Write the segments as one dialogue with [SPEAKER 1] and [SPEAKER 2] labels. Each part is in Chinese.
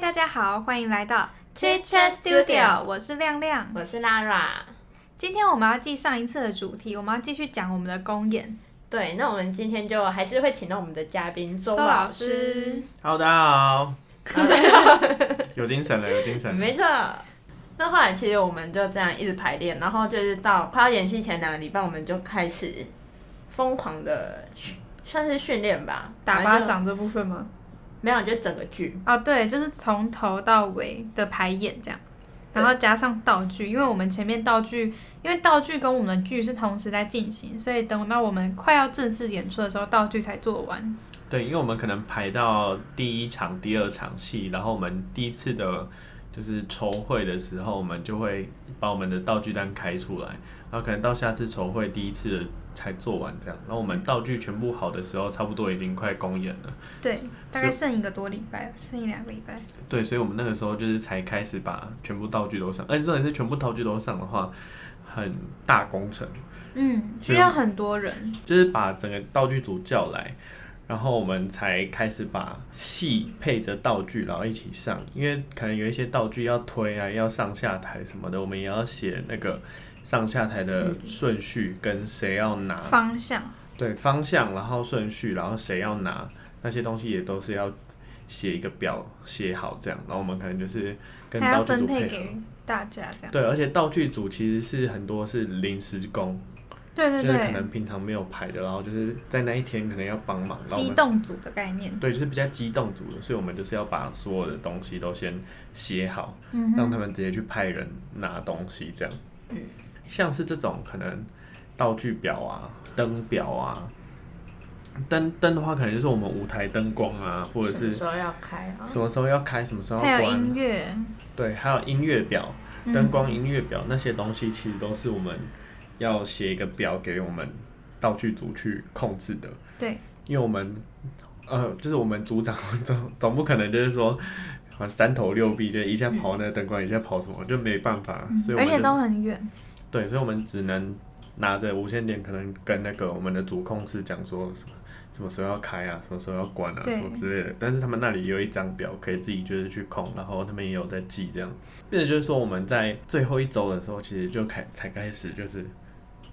[SPEAKER 1] 大家好，欢迎来到
[SPEAKER 2] Chit
[SPEAKER 1] Chat
[SPEAKER 2] Chat
[SPEAKER 1] Studio，
[SPEAKER 2] Studio
[SPEAKER 1] 我是亮亮。
[SPEAKER 2] 我是 Lara。
[SPEAKER 1] 今天我们要记上一次的主题，我们要继续讲我们的公演。
[SPEAKER 2] 对，那我们今天就还是会请到我们的嘉宾周
[SPEAKER 1] 周
[SPEAKER 2] 老
[SPEAKER 1] 老
[SPEAKER 2] 师啊
[SPEAKER 1] 师。，
[SPEAKER 3] Hello，大家好，有精神了，有精神了。
[SPEAKER 2] 没错。那后来其实我们就这样一直排练，然后就是到快要演戏前两个礼拜，我们就开始疯狂的算是训练吧，
[SPEAKER 1] 打巴
[SPEAKER 2] 反正就。
[SPEAKER 1] 掌这部分吗？
[SPEAKER 2] 没有，就整个剧。
[SPEAKER 1] 啊，对，就是从头到尾的排演这样，然后加上道具，因为我们前面道具，因为道具跟我们的剧是同时在进行，所以等到我们快要正式演出的时候，道具才做完。
[SPEAKER 3] 对，因为我们可能排到第一场、第二场戏，然后我们第一次的，就是筹会的时候，我们就会把我们的道具单开出来，然后可能到下次筹会第一次的才做完这样。然后我们道具全部好的时候，差不多已经快公演了。
[SPEAKER 1] 对，大概剩一个多礼拜，剩一两个礼拜。
[SPEAKER 3] 对，所以我们那个时候就是才开始把全部道具都上，而且重点是全部道具都上的话，很大工程。
[SPEAKER 1] 嗯，
[SPEAKER 3] 是
[SPEAKER 1] 需要很多人。
[SPEAKER 3] 就是把整个道具组叫来，然后我们才开始把戏配着道具，然后一起上。因为可能有一些道具要推啊，要上下台什么的，我们也要写那个上下台的顺序跟谁要拿，
[SPEAKER 1] 方向，
[SPEAKER 3] 对方向，然后顺序，然后谁要拿那些东西也都是要写一个表写好这样。然后我们可能就是跟
[SPEAKER 1] 还
[SPEAKER 3] 道
[SPEAKER 1] 要
[SPEAKER 3] 具
[SPEAKER 1] 分
[SPEAKER 3] 组
[SPEAKER 1] 配
[SPEAKER 3] 配合。
[SPEAKER 1] 给大家这样。
[SPEAKER 3] 对，而且道具组其实是很多是临时工，
[SPEAKER 1] 对对
[SPEAKER 3] 就是可
[SPEAKER 1] 对，
[SPEAKER 3] 能平常没有排的，然后就是在那一天可能要帮忙，然后我
[SPEAKER 1] 机
[SPEAKER 3] 们
[SPEAKER 1] 动组的概念。
[SPEAKER 3] 对，就是比较激动组的，所以我们就是要把所有的东西都先写好，
[SPEAKER 1] 嗯
[SPEAKER 3] 让他
[SPEAKER 1] 哼，嗯
[SPEAKER 3] 们直接去派人拿东西这样。像是这种可能道具表啊、灯表啊，灯灯的话可能就是我们舞台灯光啊，或者
[SPEAKER 2] 什么
[SPEAKER 3] 是
[SPEAKER 2] 时候要开啊？
[SPEAKER 3] 什么时候要开，什么时候要
[SPEAKER 1] 还有
[SPEAKER 3] 关啊
[SPEAKER 1] 音，乐，
[SPEAKER 3] 对，还有音乐表、
[SPEAKER 1] 嗯
[SPEAKER 3] 灯光、音乐表那些东西，其实都是我们要写一个表给我们道具组去控制的。
[SPEAKER 1] 对，
[SPEAKER 3] 因为我们呃，就是我们组长总总不可能就是说啊三头六臂，就一下跑那个灯光，一下跑什么，就没办法，啊所以
[SPEAKER 1] 嗯
[SPEAKER 3] 我
[SPEAKER 1] 而且
[SPEAKER 3] 们就
[SPEAKER 1] 都很远。
[SPEAKER 3] 对，所以我们只能拿着无线电，可能跟那个我们的主控室讲说什么什么时候要开啊，什么时候要关啊，
[SPEAKER 1] 对
[SPEAKER 3] 什么之类的。但是他们那里有一张表，可以自己就是去控，然后他们也有在记这样。变得就是说我们在最后一周的时候，其实就开才开始就是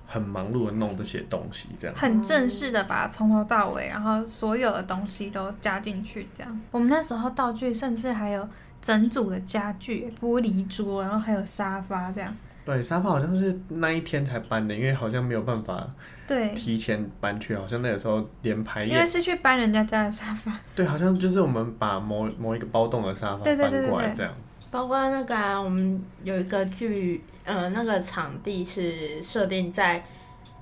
[SPEAKER 3] 很忙碌的弄这些东西这样。
[SPEAKER 1] 很正式的把它从头到尾，然后所有的东西都加进去，这样。我们那时候道具甚至还有整组的家具，玻璃桌，然后还有沙发这样。
[SPEAKER 3] 对，沙发好像是那一天才搬的，因为好像没有办法
[SPEAKER 1] 对，
[SPEAKER 3] 提前搬去，好像那个时候连排
[SPEAKER 1] 因为
[SPEAKER 3] 演，
[SPEAKER 1] 是去搬人家家的沙发，
[SPEAKER 3] 对，好像就是我们把某某一个包栋的沙发
[SPEAKER 1] 对对
[SPEAKER 3] 搬
[SPEAKER 1] 对对
[SPEAKER 3] 过来
[SPEAKER 1] 对
[SPEAKER 3] 这样。
[SPEAKER 2] 包括那个、啊、我们有一个剧，呃，那个场地是设定在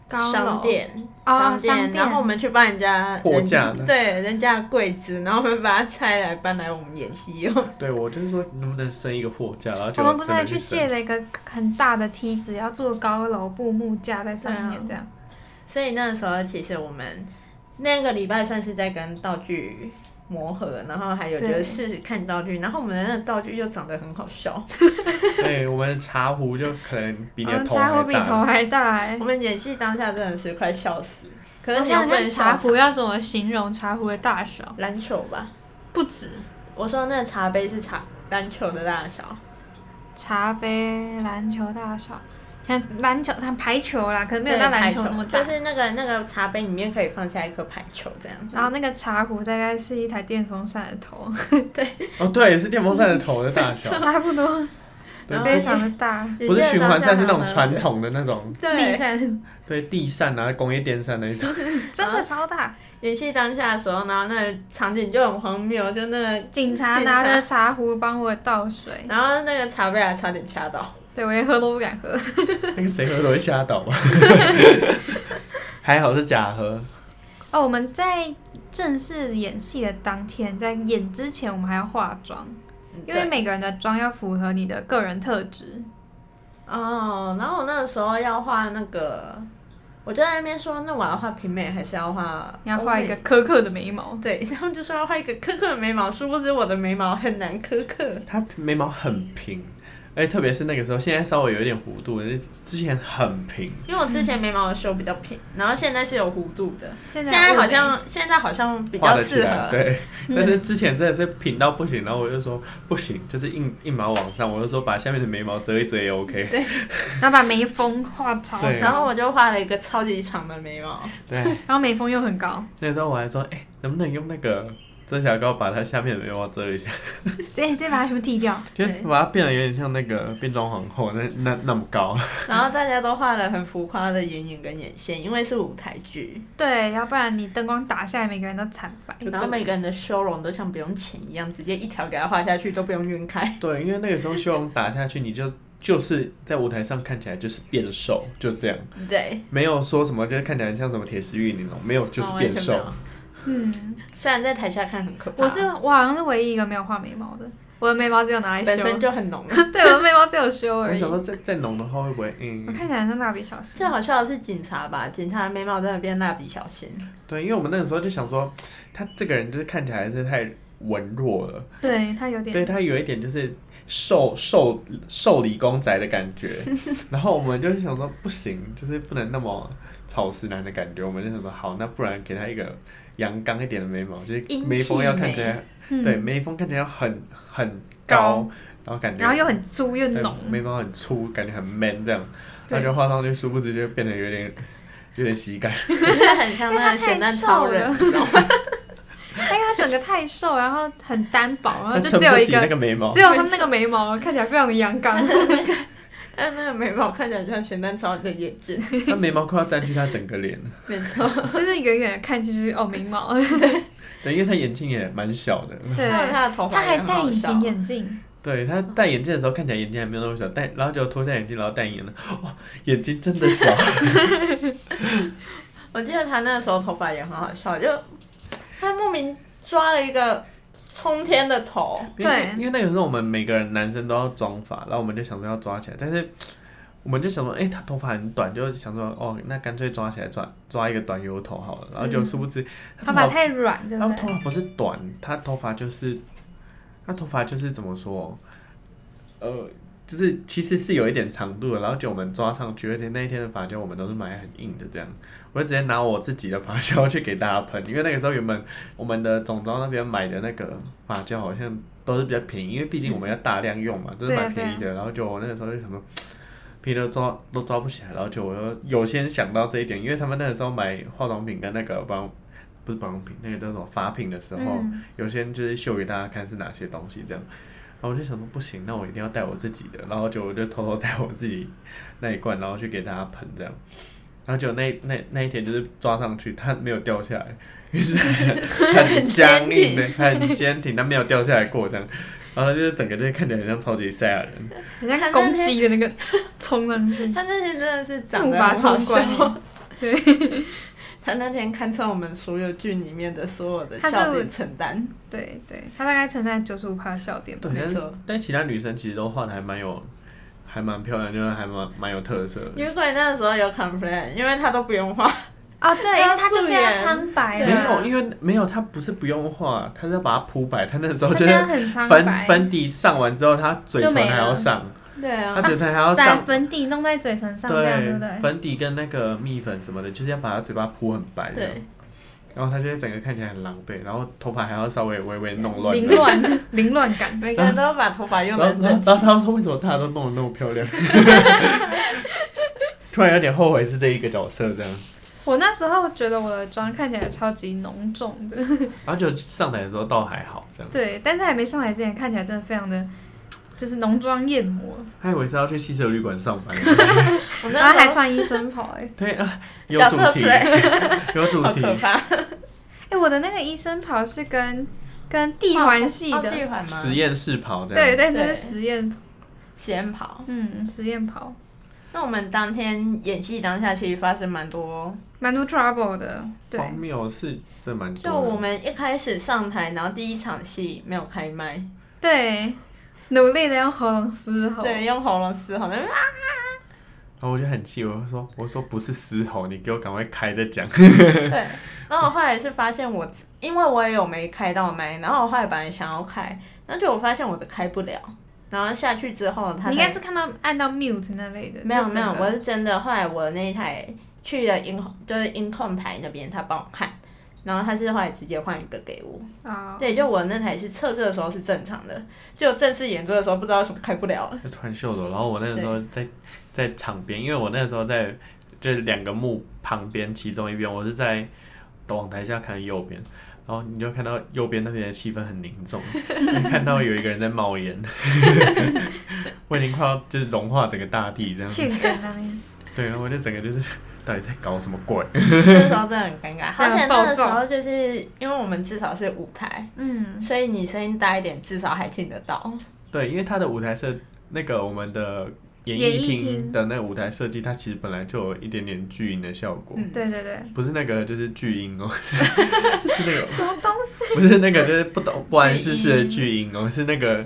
[SPEAKER 1] 高楼
[SPEAKER 2] 商店，
[SPEAKER 1] 哦
[SPEAKER 2] 商
[SPEAKER 1] 商
[SPEAKER 2] 店，
[SPEAKER 1] 店
[SPEAKER 2] 然后我们去帮人家
[SPEAKER 3] 货
[SPEAKER 2] 人
[SPEAKER 3] 架
[SPEAKER 2] 家
[SPEAKER 3] 的
[SPEAKER 2] 对人家的柜子，然后我们把它拆来搬来我们演戏用。
[SPEAKER 3] 对，我就是说能不能升一个货架，然后就
[SPEAKER 1] 我们不是还
[SPEAKER 3] 真的
[SPEAKER 1] 去
[SPEAKER 3] 去升
[SPEAKER 1] 借了一个很大的梯子，要做高楼布幕架在上面这样。
[SPEAKER 2] 所以那时候其实我们那个礼拜算是在跟道具磨合，然后还有就
[SPEAKER 1] 对
[SPEAKER 2] 是试试看道具，然后我们的那个道具又长得很好笑。
[SPEAKER 3] 对，我们的茶壶就可能比你
[SPEAKER 1] 我
[SPEAKER 3] 的
[SPEAKER 1] 们嗯
[SPEAKER 3] 头
[SPEAKER 1] 茶壶
[SPEAKER 3] 还
[SPEAKER 1] 比头
[SPEAKER 3] 大。
[SPEAKER 1] 还大哎、
[SPEAKER 2] 我们演戏当下真的是快笑死，可
[SPEAKER 1] 我
[SPEAKER 2] 是你又
[SPEAKER 1] 想
[SPEAKER 2] 不
[SPEAKER 1] 问
[SPEAKER 2] 能
[SPEAKER 1] 茶
[SPEAKER 2] 笑
[SPEAKER 1] 壶要怎么形容茶壶的大小？
[SPEAKER 2] 篮球吧？
[SPEAKER 1] 不止
[SPEAKER 2] 我说那个茶杯是茶篮球的大小，
[SPEAKER 1] 茶杯、篮球大小，像篮球、像排球啦，可能没有
[SPEAKER 2] 对
[SPEAKER 1] 到篮
[SPEAKER 2] 排
[SPEAKER 1] 球那么大。
[SPEAKER 2] 就是那个那个茶杯里面可以放下一颗排球这样子。
[SPEAKER 1] 然后那个茶壶大概是一台电风扇的头，
[SPEAKER 3] 哦，对，是电风扇的头的大小，
[SPEAKER 1] 差不多，
[SPEAKER 3] 对
[SPEAKER 2] 然后
[SPEAKER 1] 非常的 大。
[SPEAKER 3] 不是循环扇，是那种传
[SPEAKER 2] 的。
[SPEAKER 3] 统的那种，
[SPEAKER 1] 地
[SPEAKER 2] 对，
[SPEAKER 1] 扇
[SPEAKER 3] 对，地扇啊，工业电扇那一种。
[SPEAKER 1] 真的超大，
[SPEAKER 2] 演戏当下的时候，然后那个场景就很荒谬，就那个
[SPEAKER 1] 警察拿着茶壶帮我倒水，
[SPEAKER 2] 然后那个茶杯还差点掐到，
[SPEAKER 1] 对我连喝都不敢喝。
[SPEAKER 3] 那个谁喝都会吓到吧？ 还好是假喝，
[SPEAKER 1] 哦，我们在正式演戏的当天，在演之前我们还要化妆，因为
[SPEAKER 2] 对
[SPEAKER 1] 每个人的妆要符合你的个人特质。
[SPEAKER 2] 哦，然后我那个时候要画那个，我就在那边说，那我要画平美还是要画？
[SPEAKER 1] 你要画一个。苛刻的眉毛，
[SPEAKER 2] 对， 然后就说要画一个苛刻的眉毛，殊不知我的眉毛很难苛刻。
[SPEAKER 3] 她眉毛很平，哎、特别是那个时候，现在稍微有一点弧度，之前很平。
[SPEAKER 2] 因为我之前眉毛修比较平，然后现在是有弧度的，
[SPEAKER 1] 现
[SPEAKER 2] 现
[SPEAKER 1] 在
[SPEAKER 2] 在好像现在好像比
[SPEAKER 3] 画
[SPEAKER 2] 较
[SPEAKER 3] 得起
[SPEAKER 2] 适
[SPEAKER 3] 来
[SPEAKER 2] 合。嗯
[SPEAKER 3] 对，但是之前真的是平到不行，然后我就说不行，就是硬硬毛往上，我就说把下面的眉毛遮一遮也 OK。
[SPEAKER 1] 然后把眉峰画超高，
[SPEAKER 3] 对
[SPEAKER 2] 然后我就画了一个超级长的眉毛，
[SPEAKER 3] 对，
[SPEAKER 1] 然后眉峰又很高，
[SPEAKER 3] 那时候我还说，哎、能不能用那个遮瑕膏把它下面的眉毛遮一下，
[SPEAKER 1] 再再把它全部剃掉，
[SPEAKER 3] 就是把它变得有点像那个变装皇后那那那么 高。
[SPEAKER 2] 然后大家都画了很浮夸的眼影跟眼线，因为是舞台剧，
[SPEAKER 1] 对，要不然你灯光打下来，每个人都惨白。
[SPEAKER 2] 哎然后每个人的修容都像不用钱一样，直接一条给它画下去都不用晕开。
[SPEAKER 3] 对，因为那个时候修容打下去，你就就是在舞台上看起来就是变瘦，就这样，
[SPEAKER 2] 对，
[SPEAKER 3] 没有说什么就是看起来像什么铁丝玉玲珑，没有就是
[SPEAKER 2] 然后完
[SPEAKER 3] 变
[SPEAKER 2] 全
[SPEAKER 3] 瘦
[SPEAKER 2] 没。有
[SPEAKER 1] 嗯，
[SPEAKER 2] 虽然在台下看很可怕，
[SPEAKER 1] 我是我好像是唯一一个没有画眉毛的，我的眉毛只有拿来修，
[SPEAKER 2] 本身就很 浓。
[SPEAKER 1] 对，我的眉毛只有修
[SPEAKER 3] 我
[SPEAKER 1] 而已。
[SPEAKER 3] 想
[SPEAKER 1] 我
[SPEAKER 3] 说再再浓的话会不会嗯？
[SPEAKER 1] 看起来像蜡笔小新
[SPEAKER 2] 最，好笑的是警察吧，警察的眉毛真的变蜡笔小新，
[SPEAKER 3] 对，因为我们那个时候就想说，他这个人就是看起来是太文弱了，
[SPEAKER 1] 对，它有点
[SPEAKER 3] 对他有一点就是瘦瘦瘦理公仔的感 觉。然后我们就想说不行，就是不能那么草食男的感觉。我们就想说好，那不然给他一个阳刚一点的眉毛，就是
[SPEAKER 2] 英
[SPEAKER 3] 眉峰要
[SPEAKER 2] 气
[SPEAKER 3] 看起来，
[SPEAKER 1] 嗯
[SPEAKER 3] 对，眉峰看起来要很很高，然后感觉
[SPEAKER 1] 然后又很粗又
[SPEAKER 3] 对
[SPEAKER 1] 浓，
[SPEAKER 3] 眉毛很粗，感觉很 man 这样。
[SPEAKER 1] 对
[SPEAKER 3] 然后就画上去，殊不知就变得有点有点喜感。
[SPEAKER 2] 就是很像
[SPEAKER 1] 因为他
[SPEAKER 2] 那
[SPEAKER 1] 太
[SPEAKER 2] 个咸蛋超人，
[SPEAKER 1] 瘦
[SPEAKER 2] 你知道吗
[SPEAKER 1] 哎呀，它整个太瘦，然后很单薄，然后就
[SPEAKER 3] 撑
[SPEAKER 1] 只有
[SPEAKER 3] 不
[SPEAKER 1] 一
[SPEAKER 3] 起那
[SPEAKER 1] 个，
[SPEAKER 3] 个眉毛
[SPEAKER 1] 只。有他那个眉毛看起来非常的阳刚。
[SPEAKER 2] 但那个眉毛看起来就像咸蛋超人的眼睛，
[SPEAKER 3] 他眉毛快要占据他整个脸了，
[SPEAKER 2] 没 错。
[SPEAKER 1] 就是远远的看就是哦眉 毛，
[SPEAKER 3] 对，因为他眼睛也蛮小的，
[SPEAKER 1] 对，
[SPEAKER 2] 还有他的头
[SPEAKER 1] 他
[SPEAKER 2] 发
[SPEAKER 1] 还
[SPEAKER 2] 也很
[SPEAKER 1] 戴
[SPEAKER 2] 好
[SPEAKER 1] 隐
[SPEAKER 2] 笑
[SPEAKER 1] 形眼镜，
[SPEAKER 3] 对他戴眼镜的时候看起来眼睛还没有那么小，戴然后就脱下眼镜，然后戴眼了，哇，眼睛真的小，
[SPEAKER 2] 我记得他那个时候头发也很好笑，就他莫名抓了一个冲天的头，
[SPEAKER 3] 因为
[SPEAKER 1] 对
[SPEAKER 3] 因为那个时候我们每个人男生都要装发，然后我们就想说要抓起来，但是我们就想说，哎、他头发很短，就想说哦，那干脆抓起来抓抓一个短油头好了，然后就殊不知、
[SPEAKER 1] 头
[SPEAKER 3] 他
[SPEAKER 1] 发
[SPEAKER 3] 头发
[SPEAKER 1] 太软，对
[SPEAKER 3] 他
[SPEAKER 1] 不
[SPEAKER 3] 头
[SPEAKER 1] 对？
[SPEAKER 3] 发不是短，他头发就是他头发就是怎么说，呃。就是其实是有一点长度的，然后就我们抓上去，而且那一天的发胶我们都是买很硬的这样。我就直接拿我自己的发胶去给大家喷，因为那个时候原本我们的总招那边买的那个发胶好像都是比较便宜，因为毕竟我们要大量用嘛，都是
[SPEAKER 1] 对啊
[SPEAKER 3] 蛮便宜的。然后就我那个时候就想说，皮都抓都抓不起来，然后就我又有先想到这一点，因为他们那个时候买化妆品跟那个保养不是保养品，那个叫什么发品的时哦候，
[SPEAKER 1] 嗯，
[SPEAKER 3] 有些人就是秀给大家看是哪些东西这样。然后我就想说不行，那我一定要带我自己的，然后就我就偷偷带我自己那一罐，然后去给大家喷这样。然后就那那那一天就是抓上去，它没有掉下来，因为是 很僵硬的，很坚挺，它没有掉下来过这样。然后它就是整个就是看起来很像超级赛亚人，
[SPEAKER 1] 很像公鸡的那个 冲上去，
[SPEAKER 2] 他那天真的是 长
[SPEAKER 1] 无
[SPEAKER 2] 得
[SPEAKER 1] 法
[SPEAKER 2] 很好
[SPEAKER 1] 冲
[SPEAKER 2] 笑。
[SPEAKER 1] 冠。
[SPEAKER 2] 他那天堪称我们所有剧里面的所有的
[SPEAKER 1] 他是
[SPEAKER 2] 笑点承担，
[SPEAKER 1] 对对，他大概承担九十五趴笑点吧
[SPEAKER 3] 对，。
[SPEAKER 2] 没
[SPEAKER 3] 但是
[SPEAKER 2] 错
[SPEAKER 3] 但其他女生其实都画的还蛮有，还蛮漂亮，就是还蛮蛮有特色的。
[SPEAKER 2] 女鬼那个时候有 complain，因为他都不用画，
[SPEAKER 1] 啊，对，因为他就是
[SPEAKER 2] 素
[SPEAKER 1] 要
[SPEAKER 2] 颜
[SPEAKER 1] 苍白啊
[SPEAKER 3] 没有，
[SPEAKER 1] 的，
[SPEAKER 3] 因为没有，他不是不用画，他是要把它铺白。他那时候
[SPEAKER 1] 他这
[SPEAKER 3] 就是
[SPEAKER 1] 样很苍
[SPEAKER 3] 粉
[SPEAKER 1] 白。
[SPEAKER 3] 粉底上完之后，他嘴唇还要上，
[SPEAKER 2] 对啊
[SPEAKER 3] 他，嘴唇还要
[SPEAKER 1] 把
[SPEAKER 3] 上，
[SPEAKER 1] 粉底弄在嘴唇上，这样对不对？
[SPEAKER 3] 粉底跟那个蜜粉什么的，就是要把他嘴巴铺很白这样
[SPEAKER 2] 对，
[SPEAKER 3] 然后他就会整个看起来很狼狈，然后头发还要稍微微微弄乱
[SPEAKER 1] 凌
[SPEAKER 3] 这 样。
[SPEAKER 1] 乱，凌乱感。
[SPEAKER 2] 每个人都把头发用
[SPEAKER 3] 然
[SPEAKER 2] 的
[SPEAKER 3] 后，
[SPEAKER 2] 很
[SPEAKER 3] 然
[SPEAKER 2] 整
[SPEAKER 3] 后
[SPEAKER 2] 齐
[SPEAKER 3] 然后。他说：“为什么大家都弄得那么漂亮？” 突然有点后悔是这一个角色这样。
[SPEAKER 1] 我那时候觉得我的妆看起来超级浓重的，
[SPEAKER 3] 然后就上台的时候倒还好这样，
[SPEAKER 1] 对，但是还没上来之前看起来真的非常的，就是浓妆艳抹，
[SPEAKER 3] 他以为是要去汽车旅馆上班。
[SPEAKER 2] 我
[SPEAKER 1] 然后
[SPEAKER 2] 那
[SPEAKER 1] 还
[SPEAKER 2] 时候
[SPEAKER 1] 穿医生袍、欸，哎，
[SPEAKER 3] 对啊，有
[SPEAKER 2] 角
[SPEAKER 3] 主
[SPEAKER 2] 色
[SPEAKER 3] 题，
[SPEAKER 2] play
[SPEAKER 3] 有主
[SPEAKER 2] 好
[SPEAKER 3] 题。
[SPEAKER 2] 可怕，
[SPEAKER 1] 哎，我的那个医生袍是跟跟地环系
[SPEAKER 2] 哦
[SPEAKER 1] 的，
[SPEAKER 2] 地环吗
[SPEAKER 3] 实？验室跑这
[SPEAKER 1] 对
[SPEAKER 3] 样。
[SPEAKER 1] 对，那
[SPEAKER 2] 对
[SPEAKER 1] 是实验，
[SPEAKER 2] 实验袍。
[SPEAKER 1] 嗯，实验袍，
[SPEAKER 2] 那我们当天演戏当下，其实发生蛮多
[SPEAKER 1] 蛮多 trouble 的，对，
[SPEAKER 3] 荒谬是真蛮多
[SPEAKER 2] 就
[SPEAKER 3] 的。
[SPEAKER 2] 我们一开始上台，然后第一场戏没有开麦，
[SPEAKER 1] 对，努力的用喉咙嘶吼，
[SPEAKER 2] 对，用喉咙嘶吼，那边啊
[SPEAKER 3] 然后我就很气，我就说我说不是嘶吼，你给我赶快开再讲。
[SPEAKER 2] 对。然后我后来是发现我，因为我也有没开到麦，然后我后来本来想要开，然后就我发现我的开不了，然后下去之后，他
[SPEAKER 1] 你应
[SPEAKER 2] 才
[SPEAKER 1] 该是看到按到 mute 那类的。
[SPEAKER 2] 没有
[SPEAKER 1] 就整
[SPEAKER 2] 没有，
[SPEAKER 1] 个
[SPEAKER 2] 我是真的。后来我那一台去了音控，就是音控台那边，他帮我看，然后他是后来直接换一个给我。
[SPEAKER 1] 哦，
[SPEAKER 2] 对，就我那台是测试的时候是正常的，就正式演奏的时候不知道为什么开不了了。
[SPEAKER 3] 就突然秀走。然后我那个时候在在场边，因为我那个时候在就是两个幕旁边，其中一边我是在往台下看右边，然后你就看到右边那边的气氛很凝重，就看到有一个人在冒烟， 我已经快要就是融化整个大地这样。
[SPEAKER 1] 庆元那边，
[SPEAKER 3] 对，然后我就整个就是到底在搞什么鬼？
[SPEAKER 2] 那时候真的很 尴尬，
[SPEAKER 1] 非常
[SPEAKER 2] 而且那
[SPEAKER 1] 暴
[SPEAKER 2] 个时
[SPEAKER 1] 躁
[SPEAKER 2] 候就是因为我们至少是舞台，
[SPEAKER 1] 嗯，哦
[SPEAKER 2] 所以你声音大一点，至少还听得到。
[SPEAKER 3] 对，因为它的舞台设那个我们的演
[SPEAKER 1] 演
[SPEAKER 3] 艺
[SPEAKER 1] 艺
[SPEAKER 3] 厅
[SPEAKER 1] 厅
[SPEAKER 3] 的那个舞台设计，它其实本来就有一点点巨音的效果，
[SPEAKER 2] 嗯
[SPEAKER 1] 对对对，
[SPEAKER 3] 不是那个就是巨音哦，是是那个
[SPEAKER 1] 什么东西？
[SPEAKER 3] 不是那个就是不懂不谙世事的巨音哦，是那个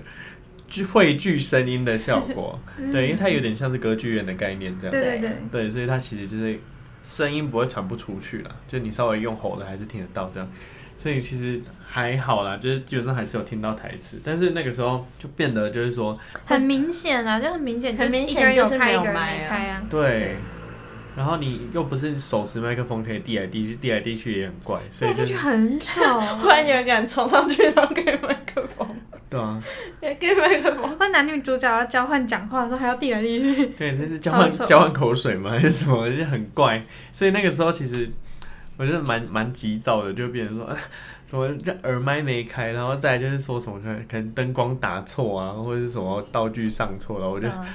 [SPEAKER 3] 聚汇聚声音的效果。对，因为它有点像是歌剧院的概念这样。
[SPEAKER 1] 对对对，
[SPEAKER 3] 对，所以它其实就是声音不会传不出去啦，就你稍微用吼的还是听得到这样，所以其实还好啦，就是基本上还是有听到台词，但是那个时候就变得就是说，
[SPEAKER 1] 很明显啊，就很明显，
[SPEAKER 2] 很明显
[SPEAKER 1] 一个人有
[SPEAKER 2] 就是没
[SPEAKER 1] 开，一
[SPEAKER 2] 有
[SPEAKER 1] 个人
[SPEAKER 2] 麦
[SPEAKER 1] 没
[SPEAKER 2] 啊
[SPEAKER 1] 开啊。
[SPEAKER 3] 对，然后你又不是手持麦克风可以递来递去，递来递去也很怪，所以
[SPEAKER 1] 那
[SPEAKER 3] 就
[SPEAKER 1] 这句
[SPEAKER 3] 是
[SPEAKER 1] 很 丑，
[SPEAKER 2] 忽然有一个人冲上去，然后给麦 克风，
[SPEAKER 3] 对啊，
[SPEAKER 2] 给麦克风。
[SPEAKER 1] 或男女主角要交换讲话的时候还要递来递去，
[SPEAKER 3] 对，这是交
[SPEAKER 1] 超
[SPEAKER 3] 换
[SPEAKER 1] 丑
[SPEAKER 3] 交换口水吗？还是什么？就很怪，所以那个时候其实。我觉得蛮蛮急躁的，就变成说，啊怎么这耳麦没开，然后再来就是说什么可能可能灯光打错啊，或者是什么道具上错啊了，我就
[SPEAKER 2] 嗯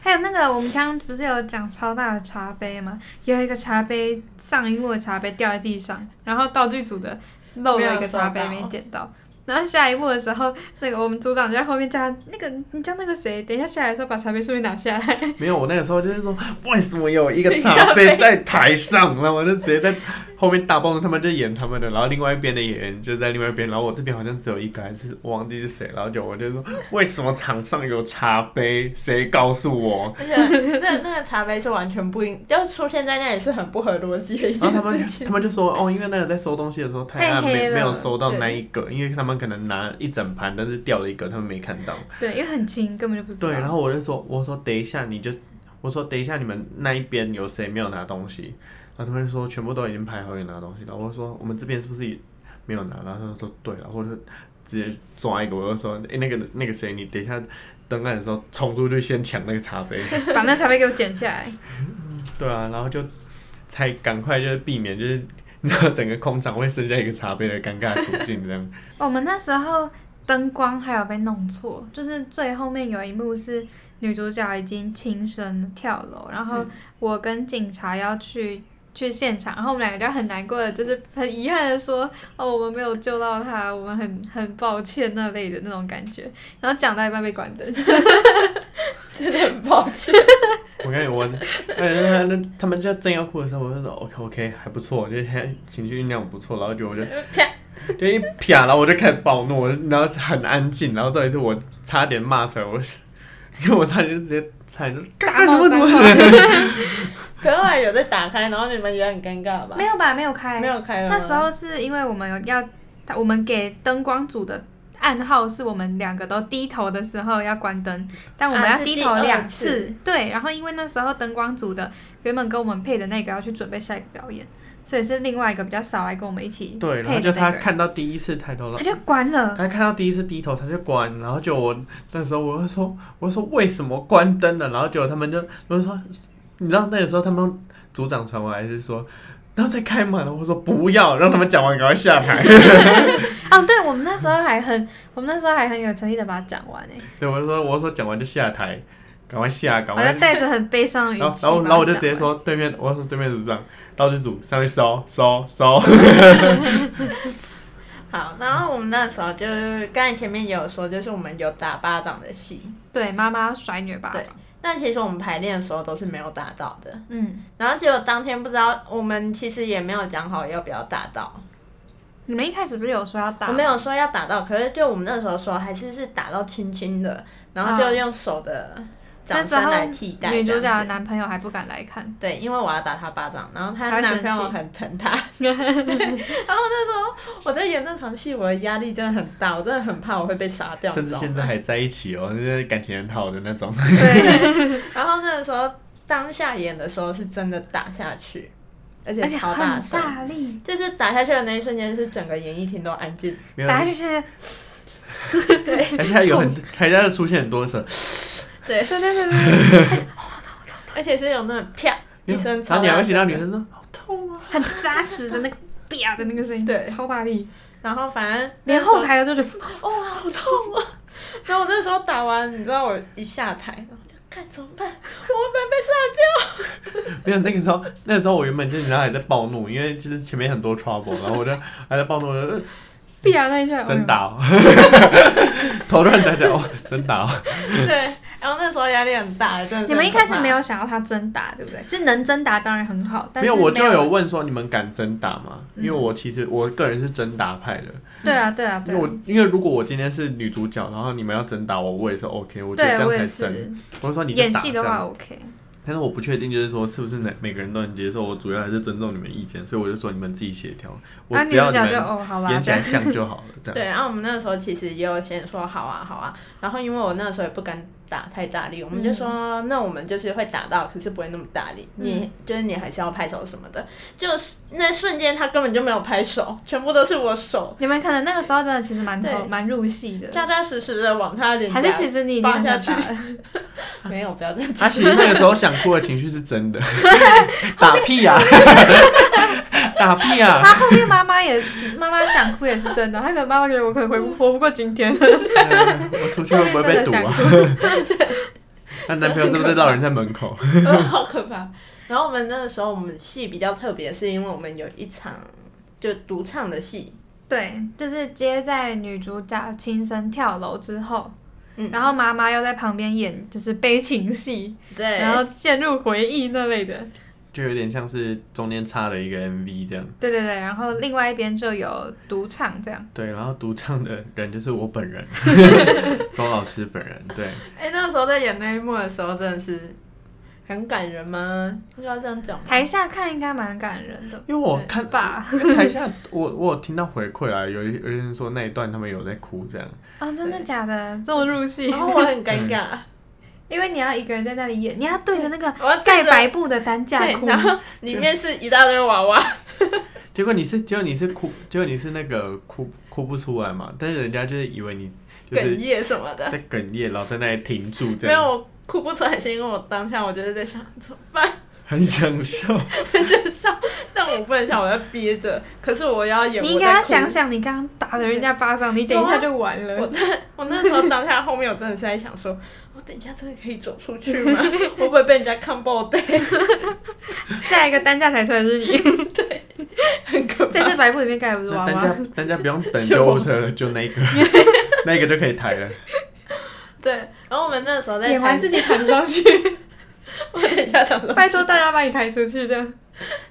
[SPEAKER 1] 还有那个我们刚刚不是有讲超大的茶杯吗？有一个茶杯上一幕的茶杯掉在地上，然后道具组的漏了一个茶杯
[SPEAKER 2] 没有收到
[SPEAKER 1] 没捡到。然后下一幕的时候，那个我们组长就在后面叫他，那个你叫那个谁，等一下下来的时候把茶杯顺便拿下来。
[SPEAKER 3] 没有，我那个时候就是说，为什么有一个茶杯在台上？然后我就直接在后面大蹦，他们就演他们的，然后另外一边的演员就在另外一边，然后我这边好像只有一个，还是我忘记是谁，然后就我就说，为什么场上有茶杯？谁告诉我？
[SPEAKER 2] 而且那那个茶杯是完全不应，就出现在那里是很不合逻辑的一件
[SPEAKER 3] 然啊后他
[SPEAKER 2] 事
[SPEAKER 3] 们
[SPEAKER 2] 情。
[SPEAKER 3] 他们就说，哦，因为那个在收东西的时候太暗，
[SPEAKER 1] 太黑
[SPEAKER 3] 没
[SPEAKER 1] 了
[SPEAKER 3] 没有收到那一个，因为他们可能拿一整盘，但是掉了一个，他们没看到。
[SPEAKER 1] 对，因为很轻，根本就不知道。
[SPEAKER 3] 对，然后我就说，我说等一下你就，我说等一下你们那一边有谁没有拿东西？然后他们就说全部都已经排好有拿东西了。我就说我们这边是不是也没有拿？然后他就说对了，或者直接抓一个，我就说哎、诶那个那个谁，你等一下登岸的时候冲出去先抢那个茶杯。
[SPEAKER 1] 把那茶杯给我捡下来。
[SPEAKER 3] 对啊，然后就才赶快就是避免就是。 你知道整个空场会剩下一个茶杯的尴尬处境，这样
[SPEAKER 1] 我们那时候灯光还有被弄错，就是最后面有一幕是女主角已经轻生跳楼，然
[SPEAKER 3] 嗯
[SPEAKER 1] 后我跟警察要去。去现场，然后我们两个就很难过的，就是很遗憾的说，哦，我们没有救到她，我们很很抱歉那类的那种感觉。然后讲到一半被关灯，
[SPEAKER 2] 真的很抱 歉。
[SPEAKER 3] 我跟你我，哎，那那他们就正要哭的时候，我就说 OK OK 还不错，就是还情绪酝酿不错，然后就我就
[SPEAKER 2] 啪！
[SPEAKER 3] 就一啪，然后我就开始暴怒， 然后很安静，然后这一次我差点骂出来，我是， 因为我差点就直接差点就，嘎，你们怎么？
[SPEAKER 2] 可是后来有在打开，然后你们也很尴尬吧？
[SPEAKER 1] 没有吧？没有开，
[SPEAKER 2] 没有开
[SPEAKER 3] 嗯
[SPEAKER 2] 了吗。
[SPEAKER 1] 那时候是因为我们要，我们给灯光组的暗号是我们两个都低头的时候要关灯，但我们
[SPEAKER 2] 啊
[SPEAKER 1] 要
[SPEAKER 2] 是
[SPEAKER 1] 低头两
[SPEAKER 2] 第
[SPEAKER 1] 次。
[SPEAKER 2] 二次
[SPEAKER 1] 对，然后因为那时候灯光组的原本跟我们配的那个要去准备下一个表演，所以是另外一个比较少来跟我们一起
[SPEAKER 3] 对，然
[SPEAKER 1] 配
[SPEAKER 3] 后
[SPEAKER 1] 的
[SPEAKER 3] 就
[SPEAKER 1] 那
[SPEAKER 3] 他
[SPEAKER 1] 个人，
[SPEAKER 3] 看到第一次抬头了
[SPEAKER 1] 他。就关了。
[SPEAKER 3] 他看到第一次低头，他就关，然后就我那时候我就说，我说为什么关灯了？然后结果他们就我就说，你知道那个时候他们组长传过来是说，然后再开嘛，然后我说不要，让他们讲完赶快下台。
[SPEAKER 1] 哦，对，我们那时候还很，我们那时候还很有诚意的把它讲完欸诶、
[SPEAKER 3] 对，我就说我说讲完就下台，赶快下，赶
[SPEAKER 1] 我
[SPEAKER 3] 快
[SPEAKER 1] 就带着很悲伤的语
[SPEAKER 3] 然后
[SPEAKER 1] 气
[SPEAKER 3] 然后
[SPEAKER 1] 把
[SPEAKER 3] 然后我
[SPEAKER 1] 它
[SPEAKER 3] 就
[SPEAKER 1] 讲
[SPEAKER 3] 直接
[SPEAKER 1] 完，
[SPEAKER 3] 说对面，我说对面组长，道具组上去收收收。
[SPEAKER 2] 好，然后我们那时候就是刚才前面也有说，就是我们有打巴掌的戏。
[SPEAKER 1] 对妈妈甩女巴掌
[SPEAKER 2] 对，但其实我们排练的时候都是没有打到的，
[SPEAKER 1] 嗯，
[SPEAKER 2] 然后结果当天不知道，我们其实也没有讲好要不要打到，
[SPEAKER 1] 你们一开始不是有说要打
[SPEAKER 2] 我没有说要打到，可是就我们那时候说还是是打到轻轻的，然后就用手的
[SPEAKER 1] 那
[SPEAKER 2] 掌
[SPEAKER 1] 时
[SPEAKER 2] 声
[SPEAKER 1] 候
[SPEAKER 2] 来替代。
[SPEAKER 1] 女主角
[SPEAKER 2] 这样
[SPEAKER 1] 的
[SPEAKER 2] 子
[SPEAKER 1] 男朋友还不敢来 看，
[SPEAKER 2] 对，因为我要打她巴掌，然后她
[SPEAKER 1] 她会
[SPEAKER 2] 男
[SPEAKER 1] 生
[SPEAKER 2] 朋友
[SPEAKER 1] 气
[SPEAKER 2] 很疼她。对然后那时候我在演那场戏，我的压力真的很大，我真的很怕我会被杀掉。
[SPEAKER 3] 甚
[SPEAKER 2] 你
[SPEAKER 3] 至
[SPEAKER 2] 知道
[SPEAKER 3] 现
[SPEAKER 2] 吗
[SPEAKER 3] 在还在一起哦，就是感情很好的那种。
[SPEAKER 2] 对，然后那个时候当下演的时候是真的打下去，而且
[SPEAKER 1] 而且
[SPEAKER 2] 超
[SPEAKER 1] 很
[SPEAKER 2] 声，
[SPEAKER 1] 大力，
[SPEAKER 2] 就是打下去的那一瞬间，是整个演艺厅都安静。
[SPEAKER 3] 没有，
[SPEAKER 1] 打下去是，
[SPEAKER 3] 而且还有很，还在出现很多声，
[SPEAKER 2] 对，
[SPEAKER 1] 对对对对，
[SPEAKER 2] 而且是有那种啪一声
[SPEAKER 3] 然
[SPEAKER 2] 超
[SPEAKER 3] 后你还
[SPEAKER 2] 大
[SPEAKER 3] 会听到
[SPEAKER 2] 声
[SPEAKER 3] 女
[SPEAKER 2] 的。
[SPEAKER 3] 生说好痛啊，
[SPEAKER 1] 很扎实的那个 啪的那个声音，
[SPEAKER 2] 对
[SPEAKER 1] 超大力，
[SPEAKER 2] 然后反正
[SPEAKER 1] 连后台 的都觉得
[SPEAKER 2] 哇、哦、好痛啊！ 然后我那时候打完，你知道我一下台，然后就看怎么 办，我会不会被杀
[SPEAKER 3] 没有那个时候，那个时候我原本就你知道还在暴怒，因为就是前面很多 trouble，然后我就还在暴怒，我
[SPEAKER 1] 嗯
[SPEAKER 3] 就呃
[SPEAKER 1] 啪那一下，
[SPEAKER 3] 真打、哦， 头乱打起来，哇，真打、哦，
[SPEAKER 2] 掉？对，然后那时候压力很大，真的是
[SPEAKER 1] 你们一
[SPEAKER 2] 很可
[SPEAKER 1] 开始
[SPEAKER 2] 怕
[SPEAKER 1] 没有想要他真打，对不对？就能真打当然很好，但
[SPEAKER 3] 没
[SPEAKER 1] 是
[SPEAKER 3] 有我就
[SPEAKER 1] 没
[SPEAKER 3] 有问说你们敢真打吗？因为
[SPEAKER 1] 嗯
[SPEAKER 3] 我其实我个人是真打派的，
[SPEAKER 1] 对啊对啊
[SPEAKER 3] 因
[SPEAKER 1] 对
[SPEAKER 3] 为
[SPEAKER 1] 啊
[SPEAKER 3] 我因为如果我今天是女主角，然后你们要真打我，我也是 OK，我觉得这
[SPEAKER 1] 对，
[SPEAKER 3] 样
[SPEAKER 1] 我
[SPEAKER 3] 才
[SPEAKER 1] 也
[SPEAKER 3] 真。
[SPEAKER 1] 是
[SPEAKER 3] 我就说你就
[SPEAKER 1] 演
[SPEAKER 3] 打
[SPEAKER 1] 戏的
[SPEAKER 3] 这样
[SPEAKER 1] 话 OK，
[SPEAKER 3] 但是我不确定，就是说是不是每每个人都能接受。我主要还是尊重你们意见，所以我就说你们自己协调，我
[SPEAKER 1] 然后
[SPEAKER 3] 只
[SPEAKER 1] 女
[SPEAKER 3] 要
[SPEAKER 1] 主
[SPEAKER 3] 你
[SPEAKER 1] 角就
[SPEAKER 3] 们
[SPEAKER 1] 哦好吧
[SPEAKER 3] 演
[SPEAKER 1] 这
[SPEAKER 3] 起来
[SPEAKER 1] 样，
[SPEAKER 3] 像就好了。这样
[SPEAKER 2] 对，然后我们那个时候其实也有先说好啊好啊，然后因为我那个时候也不敢打太大力，我们就说、那我们就是会打到，可是不会那么大力，
[SPEAKER 1] 嗯
[SPEAKER 2] 你就是你还是要拍手什么的。就是那瞬间他根本就没有拍手，全部都是我手
[SPEAKER 1] 你们可能那个时候真的其实蛮投
[SPEAKER 2] 对
[SPEAKER 1] 蛮入戏的，
[SPEAKER 2] 扎扎实实的往他脸颊
[SPEAKER 1] 还是其实你已经很想打
[SPEAKER 2] 扒
[SPEAKER 1] 了，
[SPEAKER 2] 没有不要这 样
[SPEAKER 3] 他
[SPEAKER 2] 讲，
[SPEAKER 3] 其实那个时候想哭的情绪是真的，打屁呀、 打屁啊呀、
[SPEAKER 1] 他后面妈妈也妈妈想哭也是真的，他可能妈妈觉得我可能活不活不过今天，
[SPEAKER 3] 呃我出去会不会被堵啊？ 她男朋友是不是老人在门口？
[SPEAKER 2] 好可怕。然后我们那个时候我们戏比较特别，是因为我们有一场就独唱的戏，
[SPEAKER 1] 对，就是接在女主角轻生跳楼之后，
[SPEAKER 2] 嗯
[SPEAKER 1] 然后妈妈又在旁边演就是悲情戏，
[SPEAKER 2] 对，
[SPEAKER 1] 然后陷入回忆那类的。
[SPEAKER 3] 就有点像是中间插了一个 MV 这样。
[SPEAKER 1] 对对对，然后另外一边就有独唱这样，
[SPEAKER 3] 对，然后独唱的人就是我本人， 周老师本人。对，
[SPEAKER 2] 哎、那个时候在演那一幕的时候，真的是很感人吗？应该要这样讲吗？
[SPEAKER 1] 台下看应该蛮感人的
[SPEAKER 3] 因为我看
[SPEAKER 1] 吧？
[SPEAKER 3] 跟台下，我我有听到回馈啦，有一有些人说那一段他们有在哭，这样
[SPEAKER 1] 啊、真的假的？这么入戏
[SPEAKER 2] 然？后我很尴
[SPEAKER 1] 嗯
[SPEAKER 2] 尬，
[SPEAKER 1] 因为你要一个人在那里演，你要对着那个
[SPEAKER 2] 我要对
[SPEAKER 1] 盖
[SPEAKER 2] 着
[SPEAKER 1] 白布的担架
[SPEAKER 2] 对，
[SPEAKER 1] 哭。
[SPEAKER 2] 然后里面是一大堆娃娃，
[SPEAKER 3] 结果你是结果你是哭，结果你是那个哭哭不出来嘛，但是人家就是以为你就
[SPEAKER 2] 哽
[SPEAKER 3] 是
[SPEAKER 2] 咽什么的。
[SPEAKER 3] 在哽咽，然后在那里停住，这
[SPEAKER 2] 没有，
[SPEAKER 3] 样
[SPEAKER 2] 我哭不出来，是因为我当下我就是在想怎么办，
[SPEAKER 3] 很享受。
[SPEAKER 2] 我就笑，但我不能笑，我要憋着。可是我要演，
[SPEAKER 1] 你
[SPEAKER 2] 我
[SPEAKER 1] 应
[SPEAKER 2] 在
[SPEAKER 1] 该要
[SPEAKER 2] 哭
[SPEAKER 1] 想。想，你刚刚打了人家巴掌，你等一下就完
[SPEAKER 2] 我
[SPEAKER 1] 了。
[SPEAKER 2] 在我那时候当下后面，我真的是在想说，我等一下真的可以走出去吗？ 会不会被人家看爆的？
[SPEAKER 1] 下一个担架抬出来是 你，
[SPEAKER 2] 很可怕
[SPEAKER 1] 这。次白布里面盖啊的不是
[SPEAKER 3] 那
[SPEAKER 1] 娃
[SPEAKER 3] 大
[SPEAKER 1] 娃
[SPEAKER 3] 家。大家不用等救护车了，就那个那个就可以抬了。
[SPEAKER 2] 对，然后我们那时候在
[SPEAKER 1] 演完
[SPEAKER 2] 谈
[SPEAKER 1] 自己弹上去，
[SPEAKER 2] 我等一下想说，
[SPEAKER 1] 拜托大家把你抬出去，这样。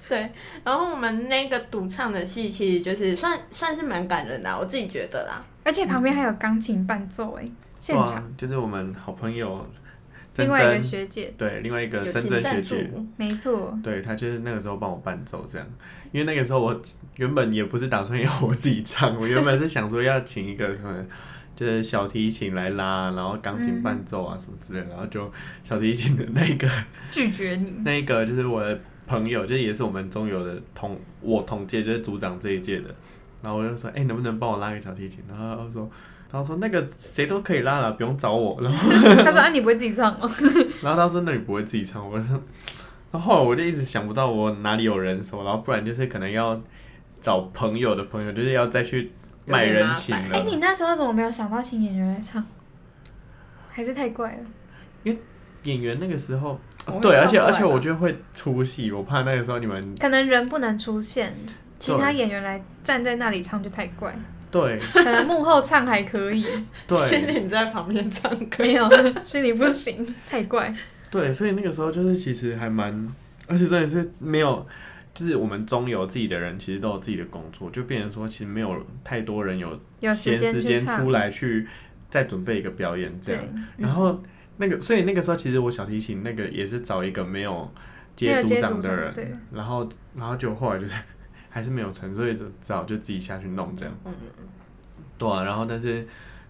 [SPEAKER 2] 对，然后我们那个独唱的戏，其实就是算算是蛮感人的啊、我自己觉得啦。
[SPEAKER 1] 而且旁边还有钢琴伴奏，哎，现场
[SPEAKER 3] 哇，啊就是我们好朋友珍
[SPEAKER 1] 另外一个
[SPEAKER 3] 珍，
[SPEAKER 1] 学姐，
[SPEAKER 3] 对，另外一个
[SPEAKER 2] 有
[SPEAKER 3] 珍
[SPEAKER 2] 请
[SPEAKER 3] 珍学
[SPEAKER 2] 赞助，
[SPEAKER 3] 姐。
[SPEAKER 1] 没错，
[SPEAKER 3] 对他就是那个时候帮我伴奏这样，因为那个时候我原本也不是打算要我自己唱，我原本是想说要请一个可能就是小提琴来拉，然后钢琴伴奏啊什么之类的，然后就小提琴的那个
[SPEAKER 1] 拒绝 你。
[SPEAKER 3] 那个就是我的朋友，就是也是我们中游的同我同届就是组长这一届的，然后我就说，哎、能不能帮我拉个小提琴？然后他就说。然后说那个谁都可以拉了，不用找我。然后，
[SPEAKER 1] 她说：“啊，你不会自己唱 哦。
[SPEAKER 3] 然后他说那你不会自己唱，我说，嗯然后后来我就一直想不到我哪里有人手，然后不然就是可能要找朋友的朋友，就是要再去卖人情
[SPEAKER 2] 有点麻”
[SPEAKER 1] 哎，
[SPEAKER 3] 了。
[SPEAKER 1] 你那时候怎么没有想到请演员来唱？还是太怪了。
[SPEAKER 3] 演员那个时候，
[SPEAKER 2] 我会
[SPEAKER 3] 哦对，
[SPEAKER 2] 笑
[SPEAKER 3] 而且
[SPEAKER 2] 出来
[SPEAKER 3] 而且
[SPEAKER 2] 吧
[SPEAKER 3] 我觉得会出戏，我怕那个时候你们
[SPEAKER 1] 可能人不能出现，其他
[SPEAKER 3] 对
[SPEAKER 1] 演员来站在那里唱就太怪。
[SPEAKER 3] 对
[SPEAKER 1] 可能幕后唱还可 以，
[SPEAKER 2] 心
[SPEAKER 3] 对
[SPEAKER 2] 里你在旁边唱歌
[SPEAKER 1] 没，有心里不行，太怪。
[SPEAKER 3] 对，所以那个时候就是其实还蛮，而且真的是没有。就是我们中游自己的人，其实都有自己的工作，就变成说，其实没有太多人有
[SPEAKER 1] 有时
[SPEAKER 3] 闲
[SPEAKER 1] 间
[SPEAKER 3] 时
[SPEAKER 1] 去
[SPEAKER 3] 间
[SPEAKER 1] 唱
[SPEAKER 3] 出，来去再准备一个表演这样
[SPEAKER 1] 对。，
[SPEAKER 3] 然后那个，所以那个时候其实我小提琴那个也是找一个没有
[SPEAKER 1] 没
[SPEAKER 3] 接
[SPEAKER 1] 有
[SPEAKER 3] 组
[SPEAKER 1] 接
[SPEAKER 3] 长
[SPEAKER 1] 组
[SPEAKER 3] 的
[SPEAKER 1] 长
[SPEAKER 3] 人，
[SPEAKER 1] 对
[SPEAKER 3] 然后然后就后来就是 还是没有成，所以就只好就自己下去弄这样。
[SPEAKER 2] 嗯
[SPEAKER 3] 对啊，然后但是